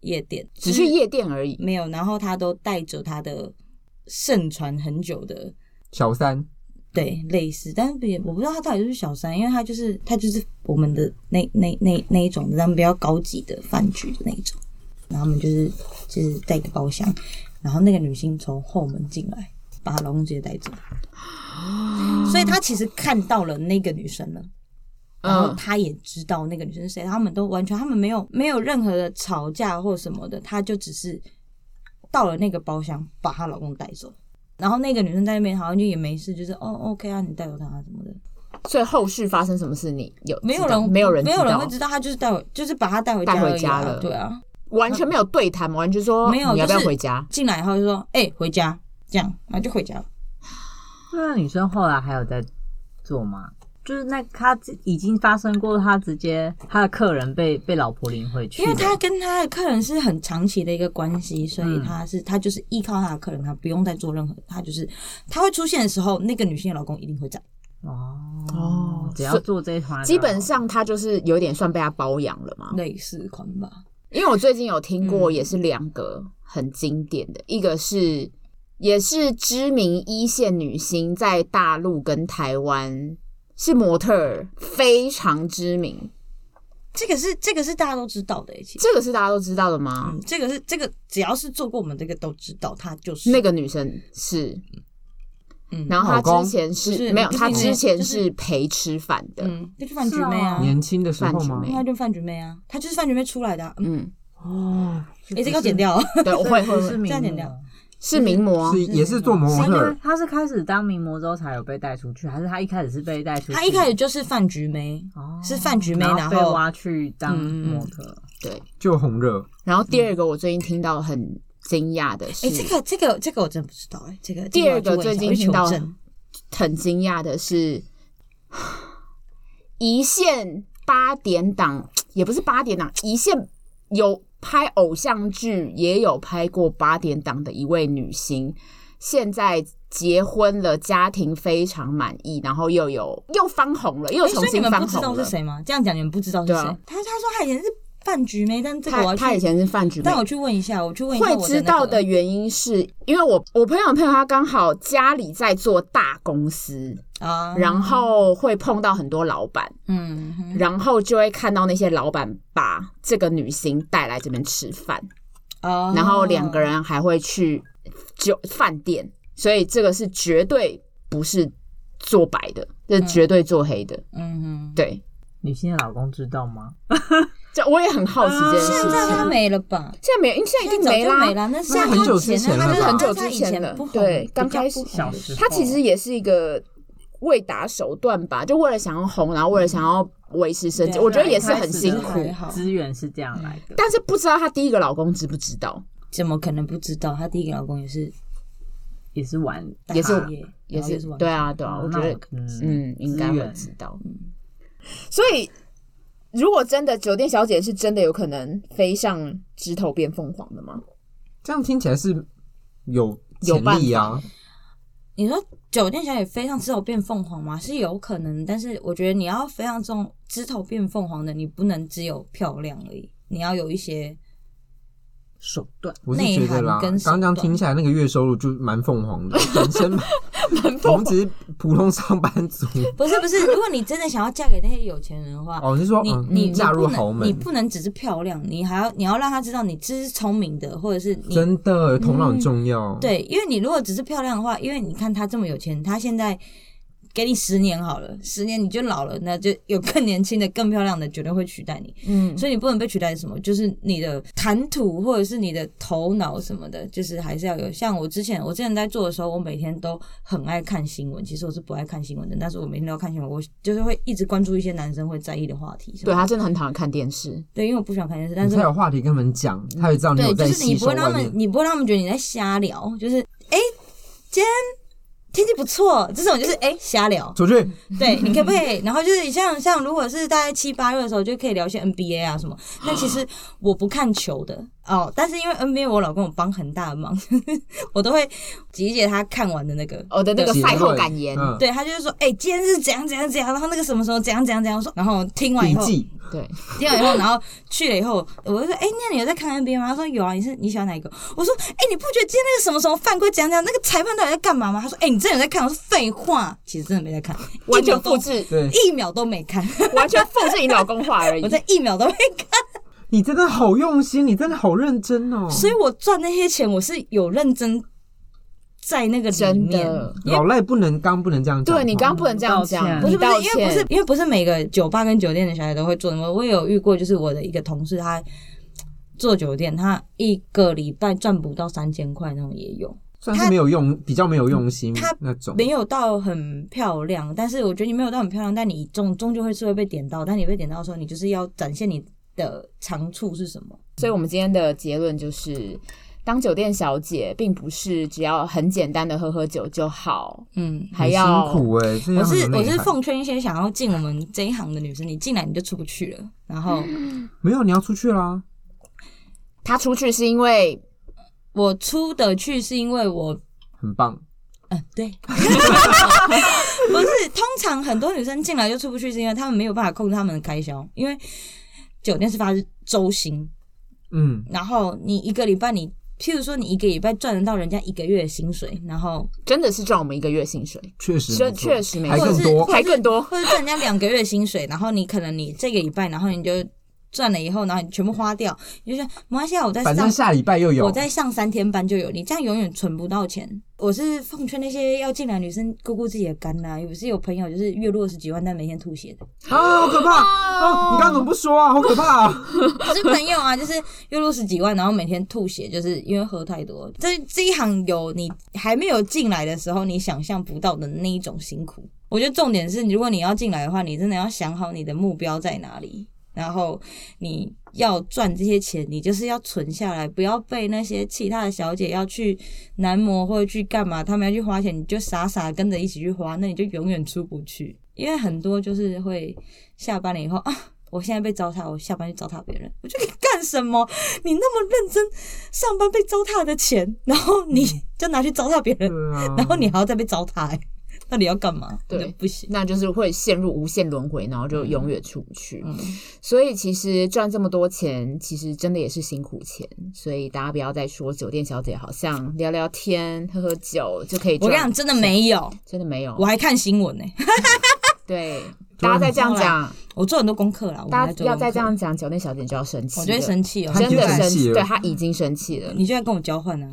[SPEAKER 3] 夜店，
[SPEAKER 1] 只去
[SPEAKER 3] 就是
[SPEAKER 1] 夜店而已。
[SPEAKER 3] 没有，然后他都带着他的盛传很久的。
[SPEAKER 2] 小三，
[SPEAKER 3] 对，类似，但是也我不知道他到底是不是小三，因为他就是他就是我们的那那那那一种的，他们比较高级的饭局的那一种，然后他们就是就是在一个包厢，然后那个女性从后门进来，把她老公直接带走， 所以他其实看到了那个女生了。然后
[SPEAKER 1] 嗯，
[SPEAKER 3] 他也知道那个女生是谁，他们都完全，他们没有没有任何的吵架或什么的，他就只是到了那个包厢把她老公带走，然后那个女生在那边好像就也没事，就是哦 OK 啊，你带走她什么的，
[SPEAKER 1] 所以后续发生什么事，你有
[SPEAKER 3] 没有
[SPEAKER 1] 知道
[SPEAKER 3] 人
[SPEAKER 1] 没有人
[SPEAKER 3] 没有
[SPEAKER 1] 知
[SPEAKER 3] 人
[SPEAKER 1] 道
[SPEAKER 3] 会知道，他就是带回就是把她带回
[SPEAKER 1] 带回
[SPEAKER 3] 而已啊
[SPEAKER 1] 家了
[SPEAKER 3] 对啊，
[SPEAKER 1] 完全没有对谈吗，完全说
[SPEAKER 3] 没有
[SPEAKER 1] 你要不要
[SPEAKER 3] 就是
[SPEAKER 1] 回家？
[SPEAKER 3] 进来以后就说：“哎、回家。”这样，然后就回家了。
[SPEAKER 5] 那女生后来还有在做吗？就是那他已经发生过，他直接他的客人被被老婆领回去
[SPEAKER 3] 因
[SPEAKER 5] 了，
[SPEAKER 3] 为他跟他的客人是很长期的一个关系，所
[SPEAKER 1] 嗯
[SPEAKER 3] 以他是、他就是依靠他的客人，他不用再做任何，他就是他会出现的时候，那个女性的老公一定会在。
[SPEAKER 5] 哦
[SPEAKER 1] 哦
[SPEAKER 5] 只要做这一团，
[SPEAKER 1] 基本上他就是有点算被他包养了嘛。
[SPEAKER 3] 类似款吧，
[SPEAKER 1] 因为我最近有听过，
[SPEAKER 3] 嗯
[SPEAKER 1] 也是两个很经典的，一个是也是知名一线女星，在大陆跟台湾是模特儿，非常知名。
[SPEAKER 3] 这个是这个是大家都知道的、欸，其实，
[SPEAKER 1] 这个是大家都知道的吗？
[SPEAKER 3] 嗯，这个是这个只要是做过我们这个都知道，他就是
[SPEAKER 1] 那，个女生是，
[SPEAKER 3] 嗯
[SPEAKER 1] 然后她
[SPEAKER 2] 老公
[SPEAKER 1] 之前是
[SPEAKER 3] 不是
[SPEAKER 1] 没有，
[SPEAKER 3] 就是
[SPEAKER 1] 她
[SPEAKER 3] 那个
[SPEAKER 1] 之前
[SPEAKER 3] 就是
[SPEAKER 1] 是陪吃饭的，
[SPEAKER 3] 嗯，就去饭局妹啊，
[SPEAKER 2] 年轻的时候
[SPEAKER 1] 饭
[SPEAKER 2] 吗
[SPEAKER 1] 局妹？
[SPEAKER 3] 他就是饭局妹啊，他就是饭局妹出来的、啊，嗯，
[SPEAKER 1] 嗯，
[SPEAKER 2] 哦，
[SPEAKER 3] 哎、这个要剪掉哦，
[SPEAKER 1] 对，我会会
[SPEAKER 5] 是
[SPEAKER 1] 会
[SPEAKER 5] 名
[SPEAKER 3] 这样剪
[SPEAKER 5] 模
[SPEAKER 3] 掉
[SPEAKER 1] 是名模
[SPEAKER 2] 是，
[SPEAKER 3] 哦
[SPEAKER 2] 也是
[SPEAKER 3] 嗯
[SPEAKER 2] 做模
[SPEAKER 5] 所以
[SPEAKER 3] 啊
[SPEAKER 5] 他
[SPEAKER 2] 特儿，
[SPEAKER 5] 他是开始当名模之后才有被带出去，还是他一开始是被带出去？
[SPEAKER 3] 他一开始就是饭局妹，
[SPEAKER 5] 哦
[SPEAKER 3] 是饭局妹，然
[SPEAKER 5] 然后被
[SPEAKER 3] 后
[SPEAKER 5] 挖去当
[SPEAKER 3] 嗯嗯嗯
[SPEAKER 5] 模特，
[SPEAKER 1] 对。
[SPEAKER 2] 就红热。
[SPEAKER 1] 然后第二个我最近听到很惊讶的是，
[SPEAKER 3] 哎、这个这个这个我真不知道哎、这个
[SPEAKER 1] 第二个最近听到
[SPEAKER 3] 这个我要去问一下我去求证
[SPEAKER 1] 很惊讶的是，一线八点档也不是八点档，一线有拍偶像剧，也有拍过八点档的一位女星，现在结婚了，家庭非常满意，然后又有又翻红了，又
[SPEAKER 3] 哎
[SPEAKER 1] 重
[SPEAKER 3] 所以你
[SPEAKER 1] 新
[SPEAKER 3] 们
[SPEAKER 1] 翻
[SPEAKER 3] 不知
[SPEAKER 1] 红
[SPEAKER 3] 道是
[SPEAKER 1] 了。
[SPEAKER 3] 谁吗？这样讲你们不知道是
[SPEAKER 1] 对
[SPEAKER 3] 谁？
[SPEAKER 1] 啊
[SPEAKER 3] 他他说他以前是饭局妹，但这个我
[SPEAKER 1] 他
[SPEAKER 3] 要去，
[SPEAKER 1] 他以前是饭局妹，
[SPEAKER 3] 但我去问一下，我去问一下
[SPEAKER 1] 会
[SPEAKER 3] 我
[SPEAKER 1] 知
[SPEAKER 3] 那个
[SPEAKER 1] 道的原因是因为我我朋友的朋友他刚好家里在做大公司，
[SPEAKER 3] 啊，
[SPEAKER 1] 然后会碰到很多老板，
[SPEAKER 3] 嗯哼
[SPEAKER 1] 然后就会看到那些老板把这个女星带来这边吃饭，
[SPEAKER 3] 哦，
[SPEAKER 1] 然后两个人还会去酒饭店，所以这个是绝对不是做白的，这是绝对做黑的。
[SPEAKER 3] 嗯哼。
[SPEAKER 1] 对，
[SPEAKER 5] 女性的老公知道吗？
[SPEAKER 1] 这我也很好奇这件事
[SPEAKER 3] 哦现
[SPEAKER 1] 情。
[SPEAKER 3] 在他没了吧？
[SPEAKER 1] 现在没有，因为现在一定
[SPEAKER 3] 早就
[SPEAKER 1] 没啦。
[SPEAKER 3] 了，那是
[SPEAKER 2] 那
[SPEAKER 3] 他
[SPEAKER 2] 很久之前
[SPEAKER 3] 他
[SPEAKER 2] 了
[SPEAKER 3] 就是
[SPEAKER 2] 吧
[SPEAKER 1] 啊很久
[SPEAKER 3] 他
[SPEAKER 1] 之
[SPEAKER 3] 以
[SPEAKER 1] 前了
[SPEAKER 3] 不红，
[SPEAKER 1] 对
[SPEAKER 3] 比较
[SPEAKER 1] 刚开
[SPEAKER 3] 不
[SPEAKER 1] 始嗯
[SPEAKER 3] 红
[SPEAKER 5] 小时候
[SPEAKER 1] 他其实也是一个为打手段吧，就为了想要红，然后为了想要维持生计，
[SPEAKER 3] 对啊
[SPEAKER 1] 我觉得也是很
[SPEAKER 5] 对
[SPEAKER 1] 辛
[SPEAKER 5] 啊
[SPEAKER 1] 苦
[SPEAKER 3] 还。好
[SPEAKER 5] 资源是这样来的，
[SPEAKER 1] 但是不知道她第一个老公知不知道，
[SPEAKER 3] 怎么可能不知道？她第一个老公也是
[SPEAKER 5] 也是玩
[SPEAKER 3] 大
[SPEAKER 1] 也是
[SPEAKER 3] 企业
[SPEAKER 1] 也
[SPEAKER 3] 然后
[SPEAKER 1] 是
[SPEAKER 3] 也是玩
[SPEAKER 1] 对啊对啊，
[SPEAKER 5] 哦
[SPEAKER 1] 我
[SPEAKER 5] 那
[SPEAKER 1] 觉得
[SPEAKER 5] 嗯
[SPEAKER 1] 嗯应该
[SPEAKER 5] 资
[SPEAKER 1] 会
[SPEAKER 5] 源
[SPEAKER 1] 知道。所以如果真的酒店小姐是真的有可能飞上枝头变凤凰的吗？
[SPEAKER 2] 这样听起来是有
[SPEAKER 1] 有
[SPEAKER 2] 潜力
[SPEAKER 1] 办
[SPEAKER 2] 啊，
[SPEAKER 3] 你说啊酒店小姐飞上枝头变凤凰吗？是有可能，但是我觉得你要飞上这种枝头变凤凰的，你不能只有漂亮而已，你要有一些
[SPEAKER 5] 手段。
[SPEAKER 2] 我是觉得啦，刚
[SPEAKER 3] 内涵跟手
[SPEAKER 2] 刚
[SPEAKER 3] 段
[SPEAKER 2] 这样听起来，那个月收入就蛮凤凰的，本 身嘛 我们只是普通上班族。
[SPEAKER 3] 不是不是，如果你真的想要嫁给那些有钱人的话，
[SPEAKER 2] 哦，你是说
[SPEAKER 3] 你
[SPEAKER 2] 嗯
[SPEAKER 3] 你你
[SPEAKER 2] 嫁入
[SPEAKER 3] 不能
[SPEAKER 2] 豪
[SPEAKER 3] 你
[SPEAKER 2] 门？
[SPEAKER 3] 不能只是漂亮，你还要你要让他知道你这是聪明的，或者是你嗯
[SPEAKER 2] 真的，头脑很重要。，
[SPEAKER 3] 对，因为你如果只是漂亮的话，因为你看他这么有钱，他现在给你十年好了，十年你就老了，那就有更年轻的、更漂亮的绝对会取代你，
[SPEAKER 1] 嗯，
[SPEAKER 3] 所以你不能被取代什么，就是你的谈吐或者是你的头脑什么的，就是还是要有。像我之前我之前在做的时候，我每天都很爱看新闻，其实我是不爱看新闻的，但是我每天都要看新闻，我就是会一直关注一些男生会在意的话题什么
[SPEAKER 1] 对啊
[SPEAKER 3] 的。
[SPEAKER 1] 她真的很讨厌看电视，
[SPEAKER 3] 对，因为我不喜欢看电视，但
[SPEAKER 2] 你
[SPEAKER 3] 是嗯
[SPEAKER 2] 才有话题跟他们讲，他也知道你
[SPEAKER 3] 对，
[SPEAKER 2] 有
[SPEAKER 3] 就
[SPEAKER 2] 在
[SPEAKER 3] 是你
[SPEAKER 2] 吸
[SPEAKER 3] 不
[SPEAKER 2] 收
[SPEAKER 3] 会让他
[SPEAKER 2] 外
[SPEAKER 3] 们，
[SPEAKER 2] 面。
[SPEAKER 3] 你不会让他们觉得你在瞎聊，就是哎、今天天气不错，这种就是哎、瞎聊。
[SPEAKER 2] 出去，
[SPEAKER 3] 对，你可不可以？然后就是像像如果是大概七八月的时候，就可以聊一些 NBA 啊什么。那 其实我不看球的哦，但是因为 NBA 我老公有帮很大的忙， 我都会集结他看完的那个。
[SPEAKER 1] 我的哦那个
[SPEAKER 2] 结
[SPEAKER 1] 赛后
[SPEAKER 2] 论
[SPEAKER 1] 感言，
[SPEAKER 2] 嗯
[SPEAKER 3] 对他就是说，哎、今天是怎样怎样怎样，然后那个什么时候怎样怎样怎样，我说，然后听完以
[SPEAKER 2] 笔
[SPEAKER 3] 后，
[SPEAKER 2] 记，
[SPEAKER 1] 对，
[SPEAKER 3] 听完以后，然后去了以后，我就说：“哎、那你有在看 NBA 吗？”他说：“有啊。”你是你喜欢哪一个？我说：“哎、你不觉得今天那个什么什么犯规讲讲那个裁判到底在干嘛吗？”他说：“哎、你真的有在看？”我说：“废话，其实真的没在看，
[SPEAKER 1] 完全
[SPEAKER 3] 一秒都
[SPEAKER 1] 复制，
[SPEAKER 2] 对
[SPEAKER 3] 一秒都没看，
[SPEAKER 1] 完全复制你老公话而已
[SPEAKER 3] 我。这一秒都没看，
[SPEAKER 2] 你真的好用心，你真的好认真哦。
[SPEAKER 3] 所以我赚那些钱，我是有认真在那个里
[SPEAKER 1] 真
[SPEAKER 3] 面。”
[SPEAKER 1] 的，
[SPEAKER 2] 老赖不能，刚不能这样讲话。
[SPEAKER 1] 对你刚刚不能这样
[SPEAKER 5] 道歉
[SPEAKER 1] 讲，
[SPEAKER 3] 不是
[SPEAKER 1] 你
[SPEAKER 3] 不
[SPEAKER 1] 道
[SPEAKER 3] 是，因为
[SPEAKER 1] 歉
[SPEAKER 3] 不是因为不是每个酒吧跟酒店的小姐都会做什么。我有遇过，就是我的一个同事，他做酒店，他一个礼拜赚不到三千块那种也有。
[SPEAKER 2] 算是没有用，比较没有用心
[SPEAKER 3] 他
[SPEAKER 2] 那种。
[SPEAKER 3] 没有到很漂亮，但是我觉得你没有到很漂亮，但你终终究会是会被点到。但你被点到的时候，你就是要展现你的长处是什么？
[SPEAKER 1] 所以我们今天的结论就是，当酒店小姐并不是只要很简单的喝喝酒就好，
[SPEAKER 3] 嗯，
[SPEAKER 1] 还
[SPEAKER 2] 很
[SPEAKER 1] 要
[SPEAKER 2] 辛苦哎、这
[SPEAKER 3] 我
[SPEAKER 2] 样
[SPEAKER 3] 是
[SPEAKER 2] 很
[SPEAKER 3] 我
[SPEAKER 2] 累
[SPEAKER 3] 是
[SPEAKER 2] 吧
[SPEAKER 3] 奉劝一些想要进我们这一行的女生，你进来你就出不去了，然后。
[SPEAKER 2] 没有你要出去啦，
[SPEAKER 1] 她出去是因为
[SPEAKER 3] 我出得去是因为我，
[SPEAKER 2] 很棒。
[SPEAKER 3] 嗯、对，不是。通常很多女生进来就出不去，是因为她们没有办法控制她们的开销，因为酒店是发周薪，
[SPEAKER 2] 嗯，
[SPEAKER 3] 然后你一个礼拜你，譬如说你一个礼拜赚得到人家一个月的薪水，然后
[SPEAKER 1] 真的是赚我们一个月薪水，
[SPEAKER 2] 确实
[SPEAKER 1] 确
[SPEAKER 2] 没错，
[SPEAKER 1] 确实没
[SPEAKER 2] 还
[SPEAKER 1] 错
[SPEAKER 2] 更
[SPEAKER 3] 是
[SPEAKER 2] 多
[SPEAKER 3] 或者
[SPEAKER 1] 还更多
[SPEAKER 3] 或者赚人家两个月的薪水，然后你可能你这个礼拜，然后你就赚了以后，然后你全部花掉，你就说没关系啊，我在
[SPEAKER 2] 反正
[SPEAKER 3] 上
[SPEAKER 2] 下礼拜又有。
[SPEAKER 3] 我再上三天班就有，你这样永远存不到钱。我是奉劝那些要进来女生顾顾自己的肝呐、有是有朋友就是月入十几万但每天吐血的，
[SPEAKER 2] 啊，好可怕！哦，你刚刚怎么不说啊？好可怕 啊！
[SPEAKER 3] 不是朋友啊， 就是月入十几万然后每天吐血，就是因为喝太多。这这一行有你还没有进来的时候，你想象不到的那一种辛苦。我觉得重点是，如果你要进来的话，你真的要想好你的目标在哪里，然后你要赚这些钱，你就是要存下来，不要被那些其他的小姐要去男模或者去干嘛，他们要去花钱，你就傻傻跟着一起去花，那你就永远出不去。因为很多就是会下班了以后 啊，我现在被糟蹋，我下班去糟蹋别人，我就你干什么？你那么认真上班被糟蹋的钱，然后你就拿去糟蹋别人，
[SPEAKER 2] 对啊
[SPEAKER 3] 然后你还要再被糟蹋、欸，到底要干嘛？
[SPEAKER 1] 对
[SPEAKER 3] 那就不行。
[SPEAKER 1] 那就是会陷入无限轮回，然后就永远出不去。
[SPEAKER 3] 嗯
[SPEAKER 1] 所以其实赚这么多钱，其实真的也是辛苦钱。所以大家不要再说酒店小姐好像聊聊天、喝喝酒就可以
[SPEAKER 3] 我
[SPEAKER 1] 赚。
[SPEAKER 3] 跟你讲，真的没有，
[SPEAKER 1] 真的没有
[SPEAKER 3] 我，还看新闻呢、
[SPEAKER 1] 对大家再这样讲，
[SPEAKER 3] 我做很多功课啦，我
[SPEAKER 1] 大
[SPEAKER 3] 们在
[SPEAKER 1] 家
[SPEAKER 3] 做
[SPEAKER 1] 要再
[SPEAKER 3] 功课
[SPEAKER 1] 这样，讲，酒店小姐就要生气了，
[SPEAKER 3] 我就会生气哦、
[SPEAKER 2] 他
[SPEAKER 1] 真的
[SPEAKER 2] 已经
[SPEAKER 1] 生
[SPEAKER 2] 生气
[SPEAKER 1] 气，
[SPEAKER 2] 了
[SPEAKER 1] 对他已经生气了。
[SPEAKER 3] 你就在跟我交换 啊，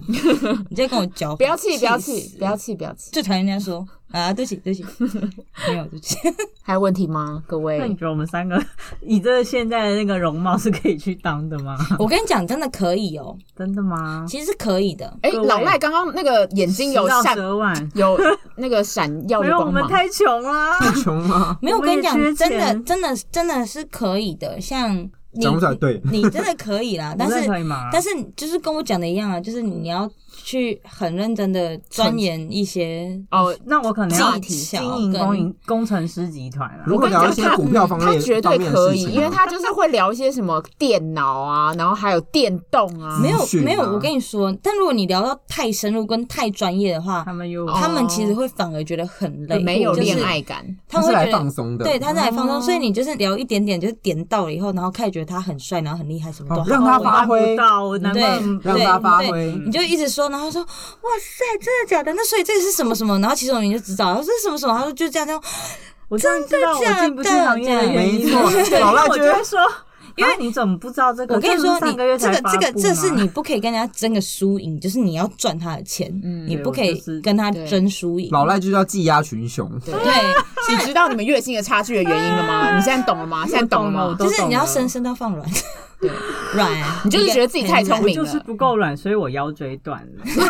[SPEAKER 3] 你在跟我交换，
[SPEAKER 1] 不要气，不要气
[SPEAKER 3] 死，
[SPEAKER 1] 不要气，不要气。
[SPEAKER 3] 最讨厌人家说啊，对不起，对不 起，没有，对不起。
[SPEAKER 1] 还有问题吗，各
[SPEAKER 5] 那你
[SPEAKER 1] 位？
[SPEAKER 5] 觉得我们三个 以这现在的那个容貌是可以去当的吗？
[SPEAKER 3] 我跟你讲，真的可以哦、
[SPEAKER 5] 真的吗？
[SPEAKER 3] 其实是可以的。
[SPEAKER 1] 哎，
[SPEAKER 5] 各位
[SPEAKER 1] 老赖刚刚那个眼睛有
[SPEAKER 5] 十到
[SPEAKER 1] 闪，
[SPEAKER 5] 十二万，
[SPEAKER 1] 有那个闪耀
[SPEAKER 5] 没
[SPEAKER 1] 的
[SPEAKER 5] 有，我
[SPEAKER 1] 光
[SPEAKER 5] 们
[SPEAKER 1] 芒。
[SPEAKER 5] 太穷了。
[SPEAKER 2] 太穷了，
[SPEAKER 3] 没有，
[SPEAKER 5] 我
[SPEAKER 3] 我跟你
[SPEAKER 5] 也
[SPEAKER 3] 讲
[SPEAKER 5] 缺，
[SPEAKER 3] 真的，
[SPEAKER 5] 钱，
[SPEAKER 3] 真的，真的是可以的。像你
[SPEAKER 2] 讲不出来，对，
[SPEAKER 3] 你真的可以啦 但
[SPEAKER 5] 我真的
[SPEAKER 3] 是
[SPEAKER 5] 可以吗？
[SPEAKER 3] 但
[SPEAKER 5] 是
[SPEAKER 3] 是就是跟我讲的一样啊，就是你要去很认真的钻研一些。
[SPEAKER 1] 哦，
[SPEAKER 5] 那我可能要
[SPEAKER 3] 技巧
[SPEAKER 5] 经营
[SPEAKER 3] 跟
[SPEAKER 5] 工营工程师集团啊了
[SPEAKER 2] 如。果聊一些股票方面
[SPEAKER 1] 他绝对
[SPEAKER 2] 方面的
[SPEAKER 1] 可
[SPEAKER 2] 事
[SPEAKER 1] 以，
[SPEAKER 2] 情啊
[SPEAKER 1] 因为他就是会聊一些什么电脑啊， 然后还有电动啊，
[SPEAKER 3] 没有
[SPEAKER 2] 资讯啊
[SPEAKER 3] 没有，我跟你说，但如果你聊到太深入跟太专业的话
[SPEAKER 5] 他，们又
[SPEAKER 1] 哦呃
[SPEAKER 3] 他们其实会反而觉得很累，
[SPEAKER 1] 没有
[SPEAKER 3] 就是
[SPEAKER 1] 恋爱感，
[SPEAKER 3] 他们
[SPEAKER 2] 是
[SPEAKER 3] 会
[SPEAKER 2] 来
[SPEAKER 3] 觉
[SPEAKER 2] 放
[SPEAKER 3] 得。
[SPEAKER 2] 松的，
[SPEAKER 3] 对，他是来放松，
[SPEAKER 5] 哦
[SPEAKER 3] 所以你就是聊一点点，就是点到了以后，然后开始觉得他很帅，然后很厉害，什么都
[SPEAKER 2] 哦
[SPEAKER 3] 好，
[SPEAKER 2] 让他
[SPEAKER 5] 我
[SPEAKER 2] 发
[SPEAKER 5] 办不
[SPEAKER 2] 挥
[SPEAKER 5] 到，我难怪
[SPEAKER 3] 对
[SPEAKER 2] 让他发挥
[SPEAKER 3] 对。你就一直说，然后说哇塞，真的假的？那所以这是什么什么？然后其实我们就知道，然后这是什么什么，然后就这样这样。
[SPEAKER 5] 我真的知道我进不去行业的原因
[SPEAKER 2] 真 的假的没错老赖
[SPEAKER 5] 我
[SPEAKER 2] 觉
[SPEAKER 5] 就
[SPEAKER 2] 得
[SPEAKER 5] 会说，因为你怎么不知道这个？
[SPEAKER 3] 我跟你说，
[SPEAKER 5] 这不是
[SPEAKER 3] 你
[SPEAKER 5] 上个月
[SPEAKER 3] 这
[SPEAKER 5] 才
[SPEAKER 3] 个
[SPEAKER 5] 发
[SPEAKER 3] 这
[SPEAKER 5] 布
[SPEAKER 3] 个这是
[SPEAKER 5] 吗
[SPEAKER 3] 你不可以跟人家争个输赢，就是你要赚他的钱，
[SPEAKER 1] 嗯
[SPEAKER 3] 你
[SPEAKER 5] 对
[SPEAKER 3] 不
[SPEAKER 5] 我
[SPEAKER 3] 可以
[SPEAKER 5] 就是
[SPEAKER 3] 跟他
[SPEAKER 1] 对
[SPEAKER 3] 争输赢。
[SPEAKER 2] 老赖就是要技压群雄，
[SPEAKER 3] 对，
[SPEAKER 1] 你知道你们月薪的差距的原因了 吗？你现在懂了吗？现在懂了
[SPEAKER 5] 我
[SPEAKER 1] 吗？
[SPEAKER 5] 懂了
[SPEAKER 3] 就是你要深深到放软，
[SPEAKER 1] 对，
[SPEAKER 3] 软，啊
[SPEAKER 1] 你就是觉得自己太聪明
[SPEAKER 5] 就
[SPEAKER 1] 了
[SPEAKER 5] 是不够软，所以我腰椎断了。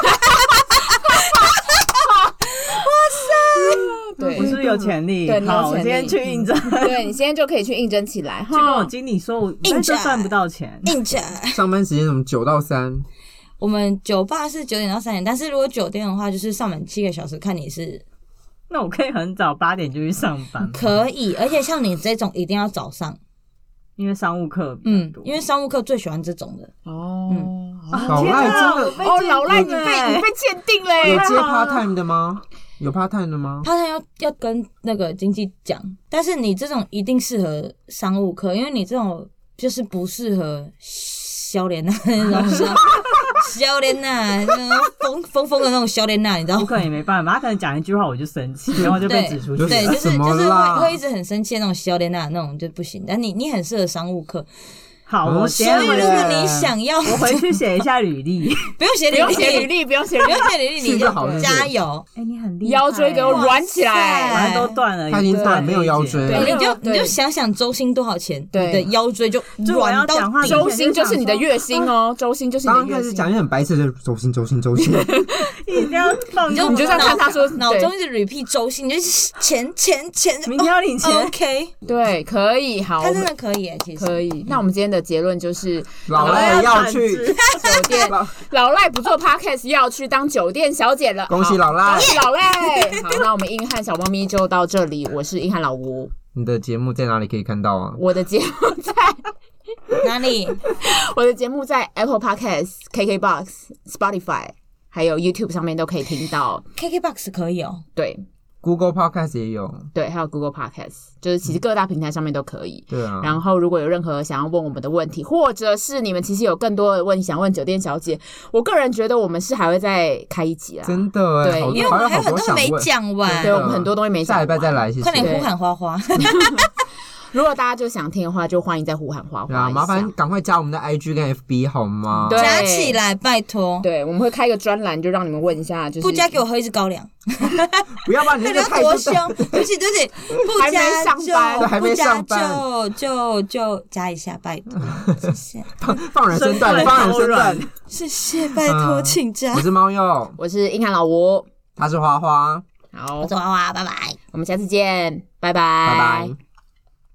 [SPEAKER 1] 对
[SPEAKER 5] 我是不是有潜力？
[SPEAKER 1] 对你有
[SPEAKER 5] 好，我
[SPEAKER 1] 潜
[SPEAKER 5] 今天
[SPEAKER 1] 力
[SPEAKER 5] 去应征，就
[SPEAKER 1] 对你现在就可以去应征起来
[SPEAKER 5] 跟我
[SPEAKER 1] 哈。
[SPEAKER 5] 经理说，我
[SPEAKER 3] 应
[SPEAKER 5] 那
[SPEAKER 3] 征
[SPEAKER 5] 就赚不到钱。
[SPEAKER 3] 硬起来。
[SPEAKER 2] 上班时间什么九到三，
[SPEAKER 3] 我们酒吧是九点到三点，但是如果酒店的话，就是上满七个小时，看你是
[SPEAKER 5] 那我可以很早八点就去上班，
[SPEAKER 3] 可以。而且像你这种一定要早上，
[SPEAKER 5] 因为商务课比较
[SPEAKER 3] 嗯
[SPEAKER 5] 多，
[SPEAKER 3] 因为商务课最喜欢这种的。
[SPEAKER 1] 哦，
[SPEAKER 2] 老
[SPEAKER 5] 天
[SPEAKER 2] 赖
[SPEAKER 5] 啊
[SPEAKER 2] 真的
[SPEAKER 5] 我被
[SPEAKER 1] 哦，
[SPEAKER 5] 鉴
[SPEAKER 1] 老赖，你
[SPEAKER 5] 定
[SPEAKER 1] 被
[SPEAKER 5] 欸
[SPEAKER 1] 你被鉴定
[SPEAKER 2] 有
[SPEAKER 1] 嘞。
[SPEAKER 2] 接 part time 的吗？有 part time 的吗？
[SPEAKER 3] 他要要跟那个经纪讲，但是你这种一定适合商务课，因为你这种就是不适合肖莲娜那种，你知 道吗肖莲娜那种疯疯疯的那种肖莲娜，你知道
[SPEAKER 5] 我
[SPEAKER 3] 吗？
[SPEAKER 5] 可能也没办法，他可能讲一句话我就生气， 然后就被指出去。
[SPEAKER 3] 对，就是
[SPEAKER 2] 什么
[SPEAKER 3] 就是
[SPEAKER 2] 啦
[SPEAKER 3] 会会一直很生气的那种肖莲娜那种就不行，但你你很适合商务课，
[SPEAKER 5] 好，
[SPEAKER 2] 哦
[SPEAKER 5] 我
[SPEAKER 2] 是
[SPEAKER 5] 先
[SPEAKER 3] 所以
[SPEAKER 5] 回
[SPEAKER 3] 如
[SPEAKER 5] 去，
[SPEAKER 3] 果你想要，
[SPEAKER 5] 我回去写一下履 历。
[SPEAKER 3] 不用写
[SPEAKER 1] 不
[SPEAKER 3] 履
[SPEAKER 1] 用写履
[SPEAKER 3] 历，
[SPEAKER 1] 历，不用写履
[SPEAKER 3] 不
[SPEAKER 1] 历，
[SPEAKER 3] 用写履历，
[SPEAKER 2] 去
[SPEAKER 3] 你
[SPEAKER 2] 就好了
[SPEAKER 3] 加油，
[SPEAKER 5] 哎，你很厉害，
[SPEAKER 1] 腰椎给我软起
[SPEAKER 3] 哇
[SPEAKER 1] 来。
[SPEAKER 3] 塞
[SPEAKER 5] 反正都断了，
[SPEAKER 2] 他已经
[SPEAKER 5] 也不
[SPEAKER 2] 断了
[SPEAKER 5] 能
[SPEAKER 2] 没有
[SPEAKER 5] 理
[SPEAKER 2] 腰
[SPEAKER 5] 解
[SPEAKER 2] 椎了
[SPEAKER 3] 哎
[SPEAKER 1] 对
[SPEAKER 3] 你就
[SPEAKER 1] 对
[SPEAKER 3] 你就想想周薪多少钱，
[SPEAKER 1] 对
[SPEAKER 3] 你的腰椎就
[SPEAKER 5] 就我要
[SPEAKER 3] 软到
[SPEAKER 5] 讲话
[SPEAKER 3] 底
[SPEAKER 5] 的时候
[SPEAKER 1] 周薪就是你的月薪哦，周薪就是你的
[SPEAKER 2] 刚刚
[SPEAKER 1] 月
[SPEAKER 2] 开始
[SPEAKER 1] 薪。
[SPEAKER 2] 讲一些很白痴的周星周星周星，
[SPEAKER 5] 一定要放
[SPEAKER 3] 你就
[SPEAKER 5] 纵
[SPEAKER 1] 你就这样看他说，
[SPEAKER 3] 脑
[SPEAKER 1] 对
[SPEAKER 3] 中一直 repeat 周星，你就是钱钱钱。哦
[SPEAKER 5] 明天要领钱。
[SPEAKER 3] OK，
[SPEAKER 1] 对，可以，好，
[SPEAKER 3] 他真的可以耶，其实
[SPEAKER 1] 可以。那我们今天的的结论就是，
[SPEAKER 2] 老赖要去
[SPEAKER 1] 酒店，
[SPEAKER 2] 老
[SPEAKER 1] 老赖不做 podcast 要去当酒店小姐了。
[SPEAKER 2] 恭喜
[SPEAKER 1] 好
[SPEAKER 2] 老赖
[SPEAKER 1] 恭！喜老赖！好，那我们硬汉小猫咪就到这里。我是硬汉老吴，
[SPEAKER 2] 你的节目在哪里可以看到啊？
[SPEAKER 1] 我的节目在
[SPEAKER 3] 哪里？
[SPEAKER 1] 我的节目在 Apple Podcast、KKBox、Spotify 还有 YouTube 上面都可以听到。
[SPEAKER 2] 嗯
[SPEAKER 3] KKBOX 可以哦、
[SPEAKER 1] 对
[SPEAKER 2] Google Podcast 也有，
[SPEAKER 1] 对，还有 Google Podcast，就是其实各大平台上面都可以。
[SPEAKER 2] 对啊。
[SPEAKER 1] 然后，如果有任何想要问我们的问题，或者是你们其实有更多的问题想问酒店小姐，我个人觉得我们是还会再开一集啦。
[SPEAKER 2] 真的哎、
[SPEAKER 1] 对
[SPEAKER 2] 好多
[SPEAKER 3] 因为我们还有
[SPEAKER 2] 好
[SPEAKER 3] 很
[SPEAKER 2] 多
[SPEAKER 3] 多
[SPEAKER 2] 想
[SPEAKER 3] 没
[SPEAKER 2] 问，
[SPEAKER 3] 讲完
[SPEAKER 1] 对，我们很多东西没讲
[SPEAKER 2] 下
[SPEAKER 1] 完
[SPEAKER 2] 礼拜再。来，谢谢
[SPEAKER 3] 快。点
[SPEAKER 1] 对
[SPEAKER 3] 呼喊花花，
[SPEAKER 1] 如果大家就想听的话，就欢迎再呼喊花花一
[SPEAKER 2] 对
[SPEAKER 1] 下。
[SPEAKER 2] 啊，麻烦赶快加我们的 IG 跟 FB 好吗？
[SPEAKER 1] 对
[SPEAKER 3] 加起来，拜托，
[SPEAKER 1] 对，我们会开一个专栏，就让你们问一下，就是
[SPEAKER 3] 不加给我喝一支高粱，
[SPEAKER 2] 不要把你
[SPEAKER 3] 那
[SPEAKER 2] 那
[SPEAKER 3] 你
[SPEAKER 2] 个
[SPEAKER 3] 要
[SPEAKER 2] 态
[SPEAKER 3] 多
[SPEAKER 2] 度
[SPEAKER 3] 凶，对不起对不起，不
[SPEAKER 1] 还
[SPEAKER 3] 加
[SPEAKER 1] 没上班
[SPEAKER 3] 就
[SPEAKER 2] 还
[SPEAKER 3] 不
[SPEAKER 2] 没
[SPEAKER 3] 加
[SPEAKER 2] 上班
[SPEAKER 3] 就就就加一下，拜托，谢谢
[SPEAKER 2] 放放人身段，
[SPEAKER 5] 身段
[SPEAKER 2] 放人
[SPEAKER 5] 超
[SPEAKER 2] 身段
[SPEAKER 5] 软。
[SPEAKER 3] 谢谢，拜
[SPEAKER 2] 啊
[SPEAKER 3] 托，请 加
[SPEAKER 2] 我，是猫鼬，
[SPEAKER 1] 我是硬汉老吴，
[SPEAKER 2] 他是花花，
[SPEAKER 1] 好
[SPEAKER 3] 我，是花花，拜拜。
[SPEAKER 1] 我们下次见，拜拜，
[SPEAKER 2] 拜拜。